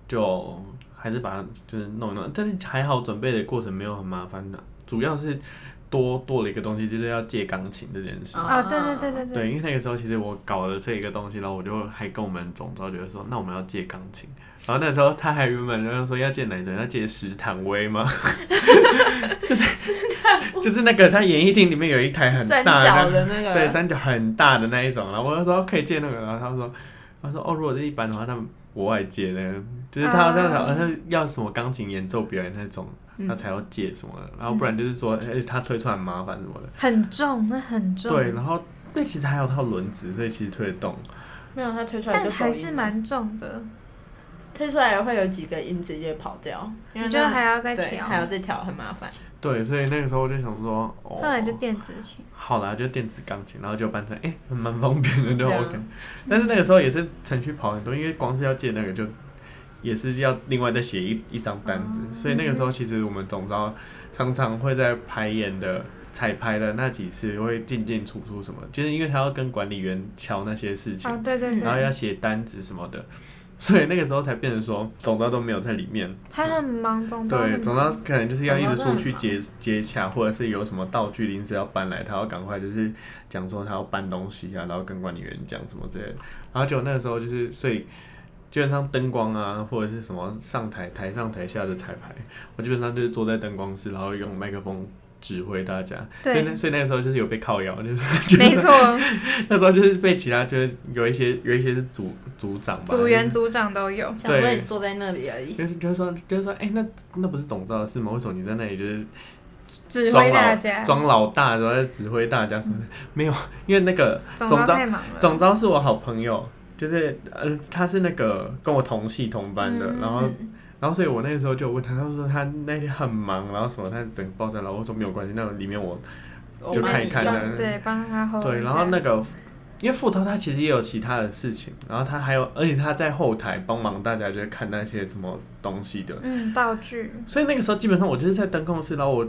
[SPEAKER 3] 就还是把它就是弄一弄，但是还好准备的过程没有很麻烦的，主要是多多了一个东西，就是要借钢琴这件事。
[SPEAKER 2] 哦
[SPEAKER 1] 啊，对对对对对，
[SPEAKER 3] 对，因为那个时候其实我搞了这一个东西，然后我就还跟我们总召觉得说，那我们要借钢琴。然后那时候他还原本就是说要借哪一种，要借史坦 威吗？就是就是那个他演艺厅里面有一台很
[SPEAKER 2] 三
[SPEAKER 3] 大的那
[SPEAKER 2] 角
[SPEAKER 3] 个
[SPEAKER 2] 的那个，
[SPEAKER 3] 对，三角很大的那一种，然后我就说可以借那个，然后他说，他说哦，如果是一般的话，那国外借呢，就是他好像
[SPEAKER 1] 啊
[SPEAKER 3] 好像要什么钢琴演奏表演那种，他
[SPEAKER 2] 嗯
[SPEAKER 3] 才要借什么的，然后不然就是说，哎、他推出来很麻烦什么的，
[SPEAKER 1] 很重，那很重，
[SPEAKER 3] 对，然后那其实还有套轮子，所以其实推得动，
[SPEAKER 2] 没有它推出来就
[SPEAKER 1] 但
[SPEAKER 2] 走
[SPEAKER 1] 还
[SPEAKER 2] 音
[SPEAKER 1] 是
[SPEAKER 2] 了
[SPEAKER 1] 蛮重的，
[SPEAKER 2] 推出来会有几个音直接跑掉，因为
[SPEAKER 1] 你觉得
[SPEAKER 2] 那
[SPEAKER 1] 还要再
[SPEAKER 2] 对还要
[SPEAKER 1] 调？
[SPEAKER 2] 再调很麻烦。
[SPEAKER 3] 对，所以那个时候我就想说，哦
[SPEAKER 1] 后，来就电子琴，
[SPEAKER 3] 好啦，就电子钢琴，然后就搬成哎，蛮、方便的，就
[SPEAKER 2] 对啊
[SPEAKER 3] OK。但是那个时候也是程序跑很多，因为光是要借那个就也是要另外再写一一张单子，
[SPEAKER 1] 哦
[SPEAKER 3] 所以那个时候其实我们总招常常会在排演的彩排的那几次会进进出出什么，就是因为他要跟管理员敲那些事情，
[SPEAKER 1] 哦，对对
[SPEAKER 3] 然后
[SPEAKER 1] 对，
[SPEAKER 3] 要写单子什么的，所以那个时候才变成说总招都没有在里面。
[SPEAKER 1] 他很忙，总招
[SPEAKER 3] 对，
[SPEAKER 1] 很
[SPEAKER 3] 总
[SPEAKER 1] 忙
[SPEAKER 3] 要可能就是要一直出去
[SPEAKER 2] 总招
[SPEAKER 3] 接
[SPEAKER 1] 嗯
[SPEAKER 3] 接洽，或者是有什么道具临时要搬来，他要赶快就是讲说他要搬东西啊，然后跟管理员讲什么之类的。然后就那个时候就是，所以基本上灯光啊，或者是什么上台台上台下的彩排，我基本上就是坐在灯光室，然后用麦克风指挥大家。所
[SPEAKER 1] 对
[SPEAKER 3] 以 那，所以那个时候就是有被靠腰，就是
[SPEAKER 1] 没错，
[SPEAKER 3] 那时候就是被其他就是有一些有一些是组组长吧，
[SPEAKER 1] 组员组长都有，
[SPEAKER 2] 想说你坐在那里而已，
[SPEAKER 3] 就是就是说就是说，哎、那那不是总召的事吗？为什么你在那里就是？
[SPEAKER 1] 指
[SPEAKER 3] 装
[SPEAKER 1] 挥
[SPEAKER 3] 老
[SPEAKER 1] 大家，
[SPEAKER 3] 装老大，然后在指挥大家什么的，没有，因为那个
[SPEAKER 1] 总
[SPEAKER 3] 总
[SPEAKER 1] 招
[SPEAKER 3] 招
[SPEAKER 1] 太忙了，
[SPEAKER 3] 总招是我好朋友，就是呃，他是那个跟我同系同班的，
[SPEAKER 1] 嗯
[SPEAKER 3] 然后然后所以我那个时候就有问他，他说他那天很忙，然后什么，他整个爆炸，然后我说没有关系，那里面我
[SPEAKER 2] 我
[SPEAKER 3] 就
[SPEAKER 2] 帮
[SPEAKER 3] 看一
[SPEAKER 2] 你
[SPEAKER 3] 看
[SPEAKER 2] 用
[SPEAKER 3] 那个
[SPEAKER 1] 对，帮他 hold
[SPEAKER 3] 对，
[SPEAKER 1] 一
[SPEAKER 3] 然后
[SPEAKER 1] 下
[SPEAKER 3] 那个因为副头他其实也有其他的事情，然后他还有，而且他在后台帮忙大家就是看那些什么东西的，
[SPEAKER 1] 嗯，道具，
[SPEAKER 3] 所以那个时候基本上我就是在灯控室，然后我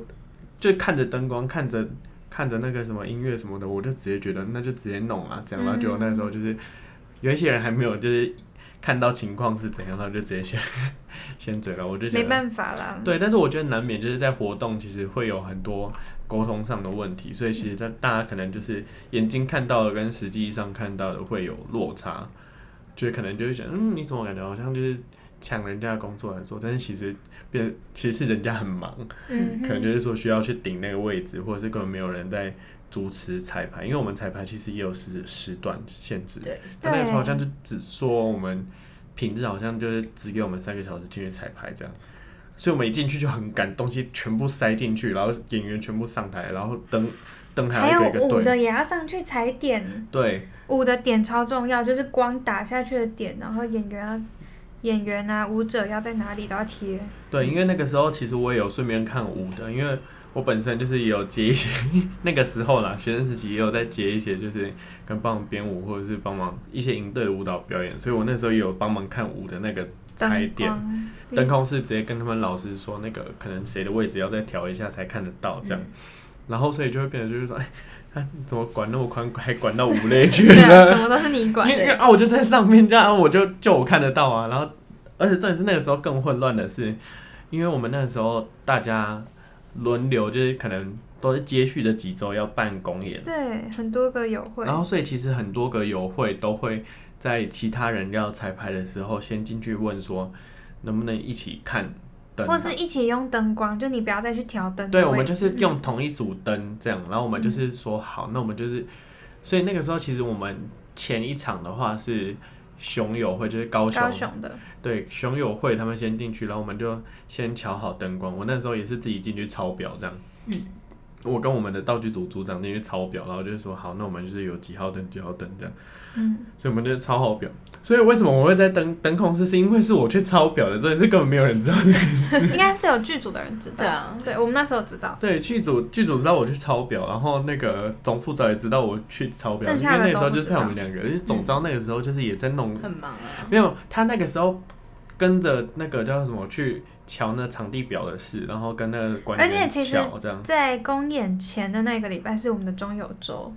[SPEAKER 3] 就看着灯光，看着看着那个什么音乐什么的，我就直接觉得那就直接弄啊，这样。然后结果那个时候就是有一些人还没有就是看到情况是怎样，然后就直接先先嘴了，我就觉
[SPEAKER 1] 没
[SPEAKER 3] 得。
[SPEAKER 1] 办法啦，
[SPEAKER 3] 对，但是我觉得难免就是在活动，其实会有很多沟通上的问题，所以其实大大家可能就是眼睛看到的跟实际上看到的会有落差，就是可能就会觉得，嗯，你怎么感觉好像就是抢人家的工作来做，但是其实变，其实人家很忙，
[SPEAKER 1] 嗯
[SPEAKER 3] 可
[SPEAKER 1] 哼，
[SPEAKER 3] 能就是说需要去顶那个位置，或者是根本没有人在主持彩排，因为我们彩排其实也有时时段限制，
[SPEAKER 2] 对，
[SPEAKER 3] 但那个时候好像就只说我们平日好像就是只给我们三个小时进去彩排这样，所以我们一进去就很赶，东西全部塞进去，然后演员全部上台，然后灯灯还
[SPEAKER 1] 还
[SPEAKER 3] 要
[SPEAKER 1] 有
[SPEAKER 3] 一个一
[SPEAKER 1] 舞
[SPEAKER 3] 个对
[SPEAKER 1] 的也要上去踩点，
[SPEAKER 3] 对
[SPEAKER 1] 舞的点超重要，就是光打下去的点，然后演员要演员啊舞者要在哪里都要贴，
[SPEAKER 3] 对，因为那个时候其实我也有顺便看舞的，因为我本身就是也有接一些 那个时候啦，学生时期也有在接一些就是跟帮忙编舞或者是帮忙一些营队的舞蹈表演，所以我那时候也有帮忙看舞的那个踩
[SPEAKER 1] 灯
[SPEAKER 3] 点。
[SPEAKER 1] 光，啊
[SPEAKER 3] 灯控室直接跟他们老师说，那个可能谁的位置要再调一下才看得到这样，
[SPEAKER 1] 嗯
[SPEAKER 3] 然后所以就会变得就是说，哎，啊、怎么管那么宽，还管到五类去
[SPEAKER 1] 对 啊，什么
[SPEAKER 3] 了？
[SPEAKER 1] 都是你管
[SPEAKER 3] 因，为因为啊，我就在上面，这样、啊、我就就我看得到啊，然后而且重点是那个时候更混乱的是，因为我们那个时候大家轮流就是可能都是接续的几周要办公演。
[SPEAKER 1] 对，很多个友会
[SPEAKER 3] 然，后，所以其实很多个友会都会在其他人要彩排的时候，先进去问说能不能一起看灯
[SPEAKER 1] 或
[SPEAKER 3] 啊，
[SPEAKER 1] 是一起用灯光，就你不要再去调灯的位置，嗯
[SPEAKER 3] 对，我们就是用同一组灯这样，然后我们就是说好，那我们就是，所以那个时候其实我们前一场的话是熊友会，就是高雄
[SPEAKER 1] 高雄的，
[SPEAKER 3] 对熊友会他们先进去，然后我们就先瞧好灯光。我那时候也是自己进去抄表这样，嗯，我跟我们的道具组组长进去抄表，然后就是说好，那我们就是有几号灯几号灯这样，
[SPEAKER 1] 嗯，
[SPEAKER 3] 所以我们就抄好表。所以为什么我会在灯灯控室，是因为是我去抄表的，所以是根本没有人知道这个
[SPEAKER 1] 应该只有剧组的人知道，
[SPEAKER 2] 对啊，
[SPEAKER 1] 对我们那时候知道，
[SPEAKER 3] 对，剧组剧组知道我去抄表，然后那个总副招也知道我去抄表，
[SPEAKER 1] 剩
[SPEAKER 3] 因
[SPEAKER 1] 下
[SPEAKER 3] 为
[SPEAKER 1] 的
[SPEAKER 3] 那个时
[SPEAKER 1] 都
[SPEAKER 3] 候
[SPEAKER 1] 不
[SPEAKER 3] 就是
[SPEAKER 1] 知
[SPEAKER 3] 看我
[SPEAKER 1] 道嗯
[SPEAKER 3] 们两个，因为总招那个时候就是也在弄，
[SPEAKER 2] 很忙啊，
[SPEAKER 3] 没有他那个时候跟着那个叫什么去瞧那场地表的事，然后跟那个管理
[SPEAKER 1] 而且
[SPEAKER 3] 员
[SPEAKER 1] 其实
[SPEAKER 3] 瞧这样。
[SPEAKER 1] 在公演前的那个礼拜是我们的中友周，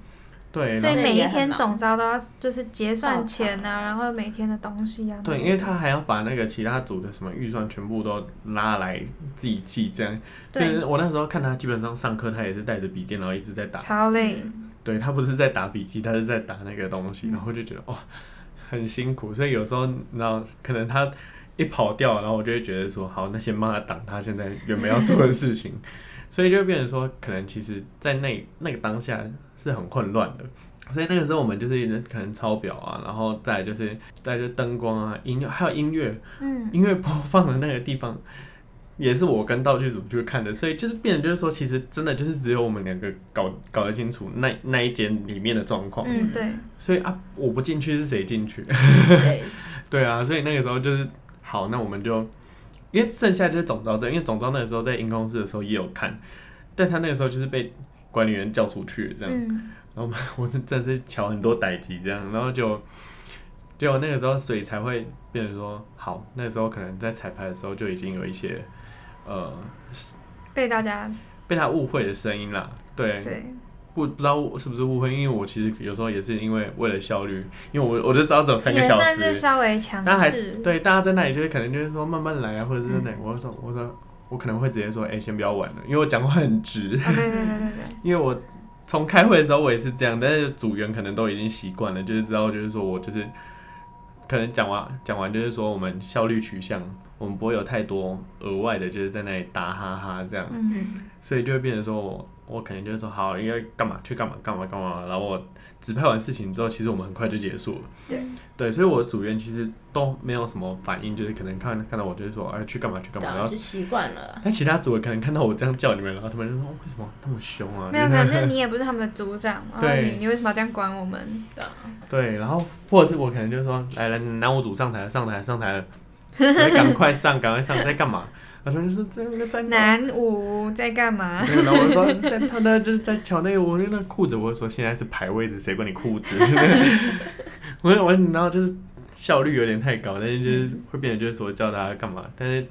[SPEAKER 3] 对，
[SPEAKER 1] 所以
[SPEAKER 3] 然后
[SPEAKER 1] 每
[SPEAKER 2] 也
[SPEAKER 1] 一
[SPEAKER 2] 很
[SPEAKER 1] 天
[SPEAKER 2] 忙
[SPEAKER 1] 总招都要就是结算钱啊，然后每天的东西啊。
[SPEAKER 3] 对，因为他还要把那个其他组的什么预算全部都拉来自己记，这样。所以
[SPEAKER 1] 对，
[SPEAKER 3] 我那时候看他基本上上课，他也是带着笔电，然后一直在打。
[SPEAKER 1] 超累。
[SPEAKER 3] 对他不是在打笔记，他是在打那个东西，然后我就觉得哇，哦很辛苦。所以有时候，然后可能他一跑掉，然后我就会觉得说，好，那先帮他挡他现在原本要做的事情。所以就变成说，可能其实，在那那个当下是很混乱的。所以那个时候我们就是可能抄表啊，然后再来就是再来就是灯光啊、音乐，还有音乐，
[SPEAKER 1] 嗯，
[SPEAKER 3] 音乐播放的那个地方，也是我跟道具组去看的，所以就是变成就是说，其实真的就是只有我们两个搞搞得清楚那那一间里面的状况，
[SPEAKER 1] 嗯，对，
[SPEAKER 3] 所以啊，我不进去是谁进去？
[SPEAKER 2] 对，
[SPEAKER 3] 对啊，所以那个时候就是好，那我们就因为剩下就是总招生，因为总招那个时候在音控室的时候也有看，但他那个时候就是被管理员叫出去这样，
[SPEAKER 1] 嗯，
[SPEAKER 3] 我是真的是瞧很多歹机这样，然后就就那个时候，所以才会变成说，好，那个时候可能在彩排的时候就已经有一些呃
[SPEAKER 1] 被大家
[SPEAKER 3] 被他误会的声音啦，对，
[SPEAKER 1] 对
[SPEAKER 3] 不不知道是不是误会，因为我其实有时候也是因为为了效率，因为我我就知道只有三个
[SPEAKER 1] 也
[SPEAKER 3] 小
[SPEAKER 1] 算是
[SPEAKER 3] 时，
[SPEAKER 1] 稍微强
[SPEAKER 3] 但还
[SPEAKER 1] 势。
[SPEAKER 3] 对，大家在那里就是可能就是说慢慢来啊，或者是那、我说我说我可能会直接说，哎、先不要玩了，因为我讲话很直。
[SPEAKER 1] 哦，对对对对 对，
[SPEAKER 3] 因为我从开会的时候我也是这样，但是组员可能都已经习惯了，就是知道，就是说我就是可能讲完讲完就是说我们效率取向，我们不会有太多额外的，就是在那里打哈哈这样，
[SPEAKER 1] 嗯，
[SPEAKER 3] 所以就会变成说我我可能就是说好，应该干嘛去干嘛干嘛干嘛，然后我指派完事情之后，其实我们很快就结束了。
[SPEAKER 2] 对
[SPEAKER 3] 对，所以我的组员其实都没有什么反应，就是可能看看到我就是说哎去干嘛去干嘛，然
[SPEAKER 2] 然
[SPEAKER 3] 后
[SPEAKER 2] 后就习惯 了。
[SPEAKER 3] 但其他组的可能看到我这样叫你们，然后他们就说、哦、为什么那么凶啊？
[SPEAKER 1] 没有，
[SPEAKER 3] 就
[SPEAKER 1] 可
[SPEAKER 3] 是
[SPEAKER 1] 能你也不是他们的组长，然后
[SPEAKER 3] 对
[SPEAKER 1] 你你为什么要这样管我们？
[SPEAKER 3] 对，然后或者是我可能就说，来来，男舞组上台了，上台了，上台了，我就赶快上，赶快上，在干嘛？然后他们就说这个在哪？
[SPEAKER 1] 男舞在干嘛？
[SPEAKER 3] 对然后我就说在他那就是在瞧那个我那个裤子，我就说现在是排位置，谁管你裤子？ 我我然后就是效率有点太高，但是就是会变成就是说叫大家干嘛？但是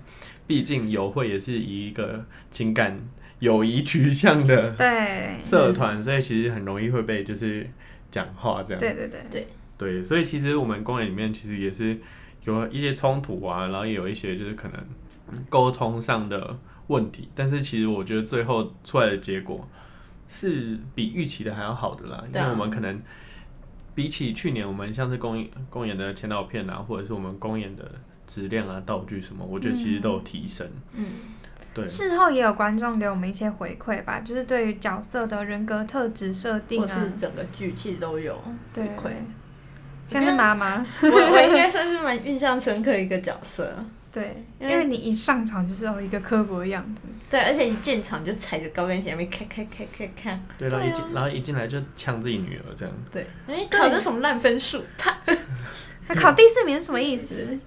[SPEAKER 3] 毕竟友会也是以一个情感友谊取向的
[SPEAKER 1] 对，
[SPEAKER 3] 社团，所以其实很容易会被就是讲话 这样。
[SPEAKER 1] 对对对，
[SPEAKER 3] 对，所以其实我们公演里面其实也是有一些冲突啊，然后也有一些就是可能沟通上的问题，但是其实我觉得最后出来的结果是比预期的还要好的啦，因
[SPEAKER 2] 对啊
[SPEAKER 3] 为我们可能比起去年我们像是公演公演的前导片啊，或者是我们公演的质量啊、道具什么，我觉得其实都有提升。
[SPEAKER 2] 嗯，
[SPEAKER 3] 对，
[SPEAKER 1] 事后也有观众给我们一些回馈吧，就是对于角色的人格特质设定
[SPEAKER 2] 或是
[SPEAKER 1] 啊，
[SPEAKER 2] 整个剧气都有回
[SPEAKER 1] 对
[SPEAKER 2] 馈。
[SPEAKER 1] 像是妈妈，
[SPEAKER 2] 我我应该算是蛮印象深刻一个角色，
[SPEAKER 1] 对，
[SPEAKER 2] 因
[SPEAKER 1] 因
[SPEAKER 2] 为
[SPEAKER 1] 为你一上场就是哦有一个刻薄的样子，
[SPEAKER 2] 对，而且一进场就踩着高跟鞋，没咔咔咔咔咔，
[SPEAKER 3] 对，然后一进、
[SPEAKER 2] 啊
[SPEAKER 3] 然后一进来就呛自己女儿这样。
[SPEAKER 2] 对，哎，考这什么烂分数？他
[SPEAKER 1] 那考第四名是什么意思？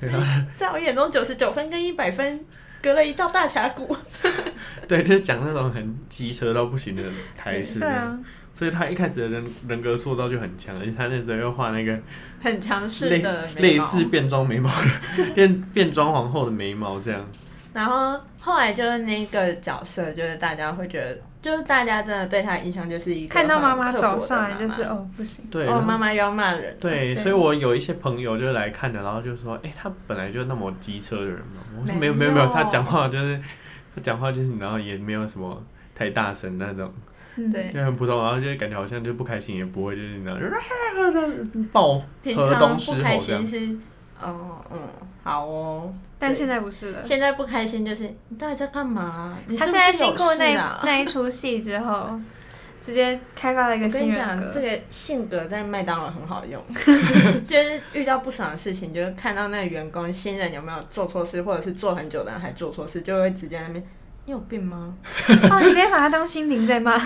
[SPEAKER 3] 对，然后
[SPEAKER 2] 在我眼中九十九分跟一百分隔了一道大峡谷。
[SPEAKER 3] 对，就是讲那种很机车到不行的台词。
[SPEAKER 1] 对啊，
[SPEAKER 3] 所以他一开始的人人格塑造就很强，而且他那时候又画那个
[SPEAKER 2] 很强势
[SPEAKER 3] 类
[SPEAKER 2] 的眉
[SPEAKER 3] 类
[SPEAKER 2] 毛
[SPEAKER 3] 似变装眉毛的变变装皇后的眉毛这样。
[SPEAKER 2] 然后后来就是那个角色，就是大家会觉得，就是大家真的对他的印象就是一个
[SPEAKER 1] 看到妈
[SPEAKER 2] 很
[SPEAKER 1] 妈
[SPEAKER 2] 刻薄
[SPEAKER 1] 走
[SPEAKER 2] 的
[SPEAKER 1] 上来
[SPEAKER 2] 妈
[SPEAKER 1] 就是
[SPEAKER 2] 妈
[SPEAKER 1] 哦不行，
[SPEAKER 3] 对，
[SPEAKER 2] 哦，
[SPEAKER 3] 然后
[SPEAKER 2] 妈妈又要骂人，
[SPEAKER 3] 对，
[SPEAKER 1] 对
[SPEAKER 3] 所以我有一些朋友就来看的，然后就说：“哎、他本来就那么机车的人嘛。”我说：“没有没有没有，他讲话就是他讲话就是，然后也没有什么太大声那种，
[SPEAKER 1] 嗯，
[SPEAKER 2] 对，
[SPEAKER 3] 就很普通，然后就感觉好像就不开心也不会就是 那种爆
[SPEAKER 2] 平
[SPEAKER 3] 河
[SPEAKER 2] 常
[SPEAKER 3] 东狮
[SPEAKER 2] 不
[SPEAKER 3] 吼
[SPEAKER 2] 开
[SPEAKER 3] 这
[SPEAKER 2] 心
[SPEAKER 3] 样。
[SPEAKER 2] 是，哦嗯，好哦。
[SPEAKER 1] 但现在不是了。
[SPEAKER 2] 现在不开心就是你到底在干嘛？你是
[SPEAKER 1] 他
[SPEAKER 2] 不
[SPEAKER 1] 现
[SPEAKER 2] 是
[SPEAKER 1] 在
[SPEAKER 2] 有
[SPEAKER 1] 经过那
[SPEAKER 2] 事啊
[SPEAKER 1] 那一出戏之后，直接开发了一个
[SPEAKER 2] 我跟
[SPEAKER 1] 新
[SPEAKER 2] 你
[SPEAKER 1] 人
[SPEAKER 2] 讲，这
[SPEAKER 1] 格，
[SPEAKER 2] 个性格在麦当劳很好 用，就是遇到不爽的事情，就是看到那个员工新人有没有做错事，或者是做很久的人还做错事，就会直接在那边你有病吗？
[SPEAKER 1] 哦，你直接把他当心灵在骂，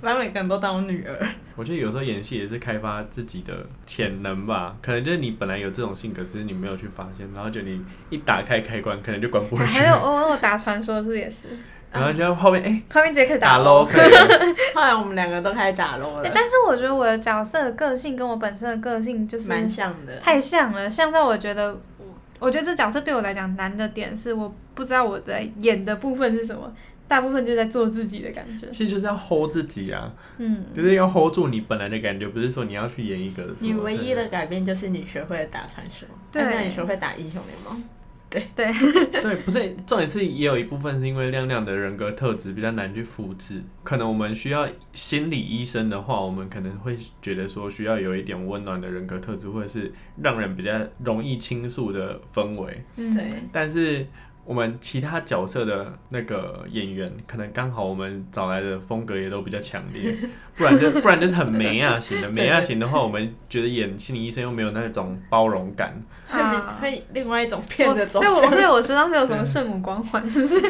[SPEAKER 2] 把每个人都当我女儿。
[SPEAKER 3] 我觉得有时候演戏也是开发自己的潜能吧，可能就是你本来有这种性格，只是你没有去发现，然后就你一打开开关，可能就关不回去，
[SPEAKER 1] 还有啊哦我我打传说是不是也是？
[SPEAKER 3] 然后就后面哎、
[SPEAKER 1] 后面直接开始
[SPEAKER 3] 打
[SPEAKER 1] 喽。
[SPEAKER 3] 喽，可以了
[SPEAKER 2] 后来我们两个都开始打 LO
[SPEAKER 1] 欸
[SPEAKER 2] 了，
[SPEAKER 1] 但是我觉得我的角色的个性跟我本身的个性就是
[SPEAKER 2] 蛮像的。
[SPEAKER 1] 太像了，像到我觉得我我觉得这角色对我来讲难的点是，我不知道我的演的部分是什么，大部分就在做自己的感觉。
[SPEAKER 3] 其实就是要 hold 自己啊，
[SPEAKER 1] 嗯，
[SPEAKER 3] 就是要 hold 住你本来的感觉，不是说你要去演一个什么
[SPEAKER 2] 你唯一
[SPEAKER 3] 的
[SPEAKER 2] 的改变就是你学会了打传说，哎
[SPEAKER 1] 对
[SPEAKER 2] 那你学会打英雄联盟，
[SPEAKER 3] 对，不是重点是也有一部分是因为亮亮的人格特质比较难去复制，可能我们需要心理医生的话，我们可能会觉得说需要有一点温暖的人格特质，或者是让人比较容易倾诉的氛围。
[SPEAKER 1] 嗯
[SPEAKER 2] 对，
[SPEAKER 3] 但是我们其他角色的那个演员，可能刚好我们找来的风格也都比较强烈， 不然就不然就是很梅亚型的。梅亚型的话，我们觉得演心理医生又没有那种包容感，
[SPEAKER 2] 会比
[SPEAKER 1] 啊
[SPEAKER 2] 会另外一种骗的走
[SPEAKER 1] 我所以我
[SPEAKER 2] 向。
[SPEAKER 1] 所以我身上是有什么圣母光环，是不是？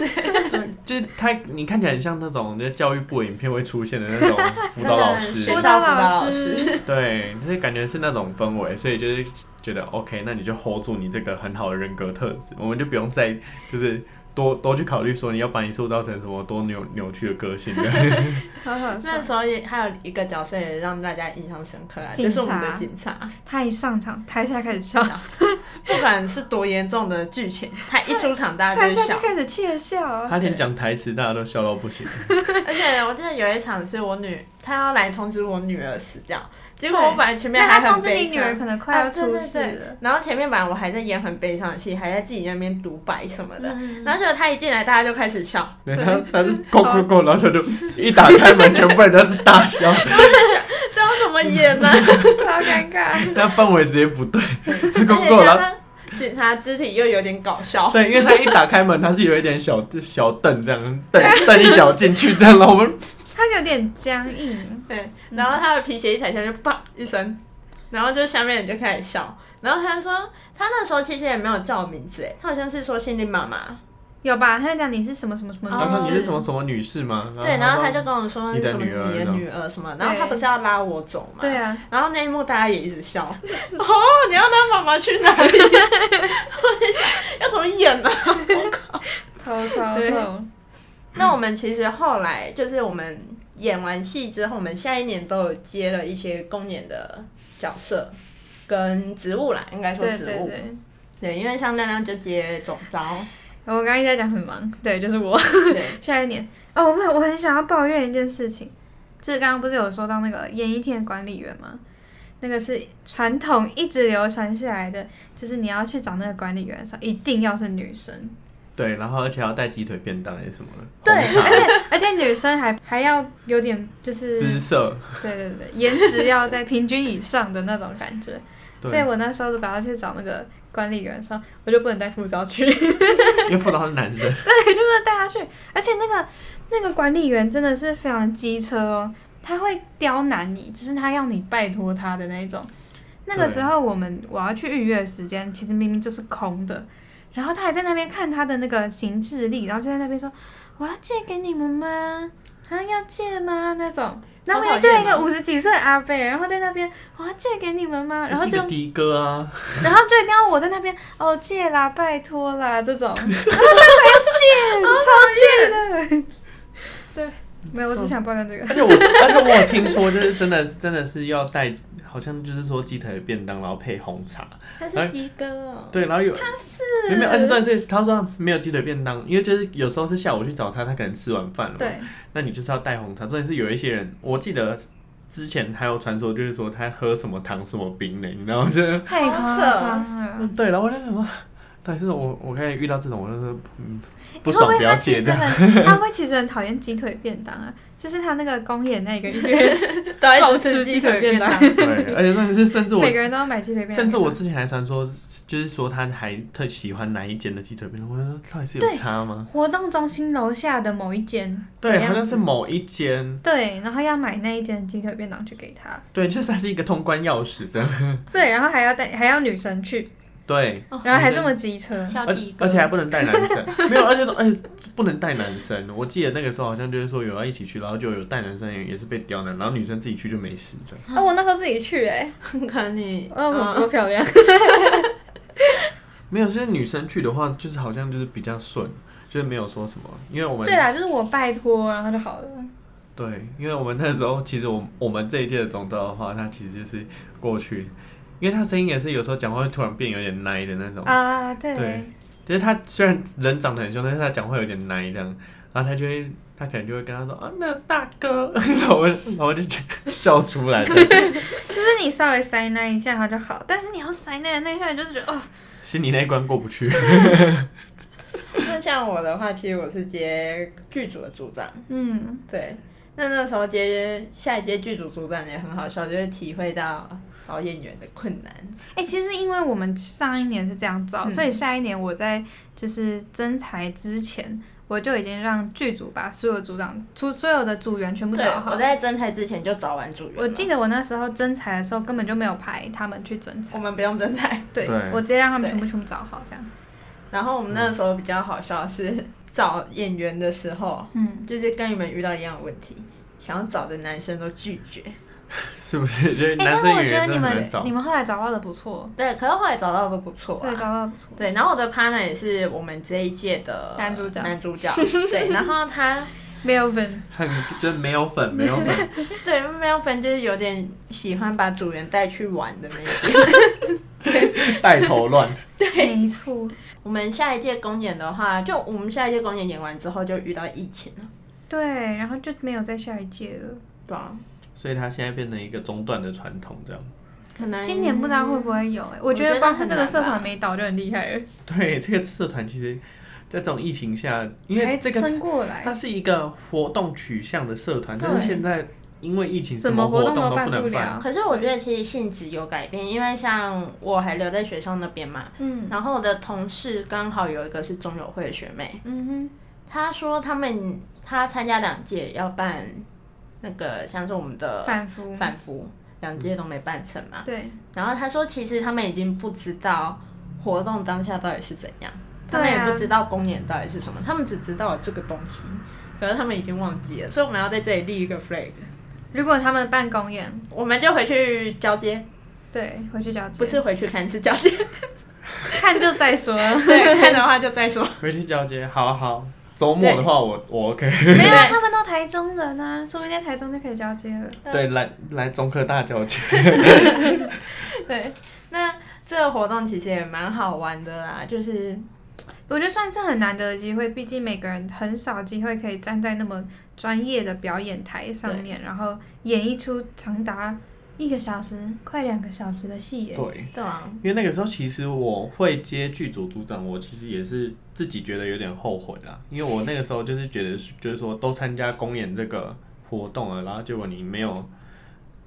[SPEAKER 3] 就是他你看起来很像那种在教育部影片会出现的那种辅导老师
[SPEAKER 2] 学校，
[SPEAKER 1] 辅
[SPEAKER 2] 辅
[SPEAKER 1] 导
[SPEAKER 2] 导
[SPEAKER 1] 老
[SPEAKER 2] 老
[SPEAKER 1] 师
[SPEAKER 2] 师，
[SPEAKER 3] 对，就是感觉是那种氛围，所以就是觉得 OK，那你就 hold 住你这个很好的人格特质，我们就不用再就是。多多去考虑说你要把你塑造成什么多扭扭曲的个性的，
[SPEAKER 1] 好好笑
[SPEAKER 2] 那，时候也还有一个角色也让大家印象深刻啊，
[SPEAKER 1] 警察
[SPEAKER 2] 就是我们的警察。
[SPEAKER 1] 他一上场，台下开始笑，
[SPEAKER 2] 不管是多严重的剧 情，他一出场大家
[SPEAKER 1] 台
[SPEAKER 2] 就
[SPEAKER 1] 下
[SPEAKER 2] 笑
[SPEAKER 1] 就。开始窃笑。啊
[SPEAKER 3] 他连讲台词大家都笑到 不行。
[SPEAKER 2] 而且我记得有一场是我女，她要来通知我女儿死掉，结果
[SPEAKER 1] 对
[SPEAKER 2] 我本来前面
[SPEAKER 1] 那
[SPEAKER 2] 还
[SPEAKER 1] 他
[SPEAKER 2] 很
[SPEAKER 1] 通知你
[SPEAKER 2] 悲
[SPEAKER 1] 女儿
[SPEAKER 2] 伤。
[SPEAKER 1] 可能快要
[SPEAKER 2] 啊对对
[SPEAKER 1] 出事
[SPEAKER 2] 对
[SPEAKER 1] 了，
[SPEAKER 2] 然后前面本来我还在演很悲伤的戏，还在自己那边独白什么的，
[SPEAKER 1] 嗯
[SPEAKER 2] 然后结果她一进来，大家就开始笑，
[SPEAKER 3] 对
[SPEAKER 1] 对
[SPEAKER 3] 他， 他就咕咕咕，然后他就一打开门，全部人都是 大笑，
[SPEAKER 2] 这要怎么演呢、
[SPEAKER 1] 超尴 尬。
[SPEAKER 3] 那氛围直接不对，咕
[SPEAKER 2] 而
[SPEAKER 3] 咕
[SPEAKER 2] 且
[SPEAKER 3] 咕，
[SPEAKER 2] 加
[SPEAKER 3] 然后
[SPEAKER 2] 上警察肢体又有点搞笑，
[SPEAKER 3] 对，因为他一打开门，他是有一点小小凳这样， 蹬蹬一脚进去这样，然后我们
[SPEAKER 1] 他有点僵硬，
[SPEAKER 2] 对，然后他的皮鞋一踩下就啪一声，然后就下面人就开始笑，然后他说他那时候其实也没有叫我名字，哎，他好像是说心灵妈妈，
[SPEAKER 1] 有吧？他讲你是什么什么什么
[SPEAKER 3] 他
[SPEAKER 2] 哦
[SPEAKER 3] 说
[SPEAKER 1] 女
[SPEAKER 3] 你是
[SPEAKER 1] 士
[SPEAKER 3] 什么什么女士吗？
[SPEAKER 2] 对，然后他就跟我说
[SPEAKER 3] 你的
[SPEAKER 2] 什么
[SPEAKER 3] 女儿
[SPEAKER 2] 你
[SPEAKER 3] 这
[SPEAKER 2] 的
[SPEAKER 3] 样
[SPEAKER 2] 女儿什么，然后
[SPEAKER 1] 对
[SPEAKER 2] 他不是要拉我走嘛，
[SPEAKER 1] 对，啊，
[SPEAKER 2] 然后那一幕大家也一直笑， 哦，你要拉妈妈去哪里？我 就想要怎么演啊呢、
[SPEAKER 1] 头超
[SPEAKER 2] 对
[SPEAKER 1] 痛。
[SPEAKER 2] 那我们其实后来就是我们演完戏之后，我们下一年都有接了一些公演的角色跟职务啦，应该说
[SPEAKER 1] 对
[SPEAKER 2] 职
[SPEAKER 1] 对
[SPEAKER 2] 务。
[SPEAKER 1] 对，
[SPEAKER 2] 对，因为像亮亮就接总 招，
[SPEAKER 1] 我刚刚一直在讲很忙，对，就是我。
[SPEAKER 2] 对，
[SPEAKER 1] 下一年哦，我我很想要抱怨一件事情，就是刚刚不是有说到那个演艺厅的管理员吗？那个是传统一直流传下来的，就是你要去找那个管理员的时候，一定要是女生，
[SPEAKER 3] 对，然后而且还要带鸡腿便当还是什么的，
[SPEAKER 2] 对
[SPEAKER 3] 红茶
[SPEAKER 1] 而且而且女生还还要有点就是
[SPEAKER 3] 姿色，
[SPEAKER 1] 对对对，颜值要在平均以上的那种感觉。所以
[SPEAKER 3] 对，
[SPEAKER 1] 我那时候如果要去找那个管理员的时候，我就不能带副招去，
[SPEAKER 3] 因为辅导他是男 生，
[SPEAKER 1] 对，就不能带他去。而且那个那个管理员真的是非常机车哦，他会刁难你，就是他要你拜托他的那一种。那个
[SPEAKER 3] 对
[SPEAKER 1] 时候我们我要去预约的时间，其实明明就是空的，然后他还在那边看他的那个行事历，然后就在那边说：“我要借给你们吗？啊，要借吗？”那种。然后
[SPEAKER 2] 好讨厌
[SPEAKER 1] 就有一个
[SPEAKER 2] 哦
[SPEAKER 1] 五十几岁的阿伯，然后在那边，我要借给你们吗？然后
[SPEAKER 3] 是一
[SPEAKER 1] 就
[SPEAKER 3] 个的 哥啊，
[SPEAKER 1] 然后就一定要我在那边哦借啦，拜托啦这 种，然后他才要借，超借的。对，没有，我只想抱怨这个。
[SPEAKER 3] 而且我而且我有听说，就是真的真的是要带，好像就是说鸡腿便当，然后配红茶，
[SPEAKER 2] 他
[SPEAKER 3] 哎
[SPEAKER 2] 是的哥哦，
[SPEAKER 3] 对，然后有他是没有，而且重点是他说没有鸡腿便当，因为就是有时候是下午去找他，他可能吃完饭了嘛，
[SPEAKER 1] 对，
[SPEAKER 3] 那你就是要带红茶。重点是有一些人，我记得之前还有传说，就是说他喝什么糖什么冰的，你知 道吗？就是
[SPEAKER 1] 太夸张了。
[SPEAKER 3] 嗯对，然后我就想说，但是我我开始遇到这种，我就是嗯不
[SPEAKER 1] 你会
[SPEAKER 3] 爽
[SPEAKER 1] 会
[SPEAKER 3] 不要
[SPEAKER 1] 他其
[SPEAKER 3] 借
[SPEAKER 1] 实
[SPEAKER 3] 这样，
[SPEAKER 1] 很，他会不会其实很讨厌鸡腿便当啊，就是他那个公演那个月，
[SPEAKER 2] 都
[SPEAKER 1] 暴
[SPEAKER 2] 一直
[SPEAKER 1] 吃
[SPEAKER 2] 鸡
[SPEAKER 1] 鸡
[SPEAKER 2] 腿
[SPEAKER 1] 腿便
[SPEAKER 2] 便当
[SPEAKER 1] 当，，
[SPEAKER 3] 对，而且重点是甚至我
[SPEAKER 1] 每个人都要买鸡腿便当。
[SPEAKER 3] 甚至我之前还传说，就是说他还特喜欢哪一间的鸡腿便当，我就说到底是有
[SPEAKER 1] 对
[SPEAKER 3] 差吗？
[SPEAKER 1] 活动中心楼下的某一间，
[SPEAKER 3] 对，
[SPEAKER 1] 怎
[SPEAKER 3] 好
[SPEAKER 1] 样
[SPEAKER 3] 像是某一间，
[SPEAKER 1] 对，然后要买那一间鸡腿便当去给他，
[SPEAKER 3] 对，就是它是一个通关钥匙这样，
[SPEAKER 1] 对，然后还要带还要女生去，
[SPEAKER 3] 对，
[SPEAKER 1] 然后还这么机车，
[SPEAKER 2] 小
[SPEAKER 3] 而
[SPEAKER 2] 的哥，
[SPEAKER 3] 而且还不能带男生，没 有，而且而且不能带男生。我记得那个时候好像就是说有要一起去，然后就有带男生也是被刁难，然后女生自己去就没事这样。
[SPEAKER 1] 啊，我那时候自己去哎、
[SPEAKER 2] 可能你
[SPEAKER 1] 哦，我
[SPEAKER 2] 嗯
[SPEAKER 1] 多漂亮！
[SPEAKER 3] 没有，就是女生去的话，就是好像就是比较顺，就是没有说什么，因为我 们
[SPEAKER 1] 对啊啦，就是我拜托，然后就好了。
[SPEAKER 3] 对，因为我们那时候其实我我们这一届的总招的话，他其实就是过去因为他声音也是有时候讲话会突然变有点奶的那种，
[SPEAKER 1] 啊，对，
[SPEAKER 3] 对就是他虽然人长得很凶，但是他讲话有点奶这样，然后他就会他可能就会跟他说啊那大哥， 然后我然后我就觉得笑出 来，
[SPEAKER 1] 就是你稍微塞那一下它就好，但是你要塞那那一下，你就是觉得哦，
[SPEAKER 3] 心里那一关过不去。
[SPEAKER 2] 那像我的话，其实我是接剧组的组长，
[SPEAKER 1] 嗯，
[SPEAKER 2] 对。那那时候接下一届剧组组长也很好笑，就是体会到找演员的困难。
[SPEAKER 1] 哎、其实因为我们上一年是这样招，
[SPEAKER 2] 嗯
[SPEAKER 1] 所以下一年我在就是征才之前，我就已经让剧组把所有组长、出所有的组员全部
[SPEAKER 2] 对
[SPEAKER 1] 找，好
[SPEAKER 2] 我。在征才之前就找完组员了。
[SPEAKER 1] 我记得我那时候征才的时候根本就没有排他们去征才
[SPEAKER 2] 我，们不用征才。
[SPEAKER 1] 对
[SPEAKER 3] 对
[SPEAKER 1] 我直接让他们
[SPEAKER 2] 对
[SPEAKER 1] 全部全部找好这样。
[SPEAKER 2] 然后我们那个时候比较好笑的是找演员的时候，
[SPEAKER 1] 嗯，
[SPEAKER 2] 就是跟你们遇到一样的问题，想要找的男生都拒绝。
[SPEAKER 3] 是不是？ 就是
[SPEAKER 1] 哎、
[SPEAKER 3] 男
[SPEAKER 1] 但是
[SPEAKER 3] 生
[SPEAKER 1] 我
[SPEAKER 3] 演
[SPEAKER 1] 觉得
[SPEAKER 3] 员
[SPEAKER 1] 你
[SPEAKER 3] 真的很
[SPEAKER 1] 们
[SPEAKER 3] 难找
[SPEAKER 1] 你。们后来找到的不错，
[SPEAKER 2] 对，可是后来找到都不错、
[SPEAKER 1] 对，
[SPEAKER 2] 啊。
[SPEAKER 1] 找到的不错。
[SPEAKER 2] 对，然后我的 partner 也是我们这一届的
[SPEAKER 1] 男主角
[SPEAKER 2] 男主角对，然后他
[SPEAKER 1] Melvin，
[SPEAKER 3] 很就没有粉，没有 粉，
[SPEAKER 2] 对 Melvin 就是有点喜欢把组员带去玩的那一种。
[SPEAKER 3] 带头乱。
[SPEAKER 1] 没错，
[SPEAKER 2] 我们下一届公演的话，就我们下一届公演演完之后就遇到疫情了，
[SPEAKER 1] 对，然后就没有再下一届了。
[SPEAKER 2] 对啊，
[SPEAKER 3] 所以他现在变成一个中断的传统，这样。
[SPEAKER 2] 可能
[SPEAKER 1] 今年不知道会不会有、哎欸，我
[SPEAKER 2] 我
[SPEAKER 1] 觉
[SPEAKER 2] 觉
[SPEAKER 1] 得
[SPEAKER 2] 得
[SPEAKER 1] 光是
[SPEAKER 2] 很
[SPEAKER 1] 这个
[SPEAKER 2] 难
[SPEAKER 1] 社
[SPEAKER 2] 吧
[SPEAKER 1] 团没倒就很厉害了，
[SPEAKER 3] 对，这个社团其实，在这种疫情下，因
[SPEAKER 1] 还
[SPEAKER 3] 为这个
[SPEAKER 1] 撑过来
[SPEAKER 3] 它。是一个活动取向的社团，
[SPEAKER 2] 对
[SPEAKER 3] 但是现在因为疫情，
[SPEAKER 1] 什
[SPEAKER 3] 什
[SPEAKER 1] 么
[SPEAKER 3] 活
[SPEAKER 1] 活动
[SPEAKER 3] 动
[SPEAKER 1] 都
[SPEAKER 3] 都
[SPEAKER 1] 办不
[SPEAKER 3] 能
[SPEAKER 1] 了
[SPEAKER 3] 办。
[SPEAKER 2] 可是我觉得其实性质有改变，因为像我还留在学校那边嘛，
[SPEAKER 1] 嗯
[SPEAKER 2] 然后我的同事刚好有一个是中友会的学妹，
[SPEAKER 1] 嗯
[SPEAKER 2] 她说他们她参加两届要办那个像是我们的
[SPEAKER 1] 哼，反复
[SPEAKER 2] 反服，两届都没办成嘛。
[SPEAKER 1] 对
[SPEAKER 2] 然后她说其实他们已经不知道活动当下到底是怎样，他
[SPEAKER 1] 对啊
[SPEAKER 2] 们也不知道公演到底是什么，他们只知道有这个东西，可是他们已经忘记了，所以我们要在这里立一个 flag，
[SPEAKER 1] 如果他们办公演，
[SPEAKER 2] 我们就回去交接，
[SPEAKER 1] 对，回去交接，
[SPEAKER 2] 不是回去看，是交 接。
[SPEAKER 1] 看就再说。
[SPEAKER 2] 对，看的话就再说。
[SPEAKER 3] 回去交接，好啊好。周末的话我， 我 OK。
[SPEAKER 1] 没有，啊他们都台中人啊，说不定在台中就可以交接了。
[SPEAKER 2] 对
[SPEAKER 3] 对，来来中科大交 接。
[SPEAKER 2] 对，那这个活动其实也蛮好玩的啦，就是
[SPEAKER 1] 我觉得算是很难得的机会，毕竟每个人很少机会可以站在那么专业的表演台上面，然后演绎出长达一个小时、快两个小时的戏耶。
[SPEAKER 3] 对，
[SPEAKER 2] 对啊，
[SPEAKER 3] 因为那个时候其实我会接剧组组长，我其实也是自己觉得有点后悔啦，因为我那个时候就是觉得是就是说都参加公演这个活动了，然后结果你没有，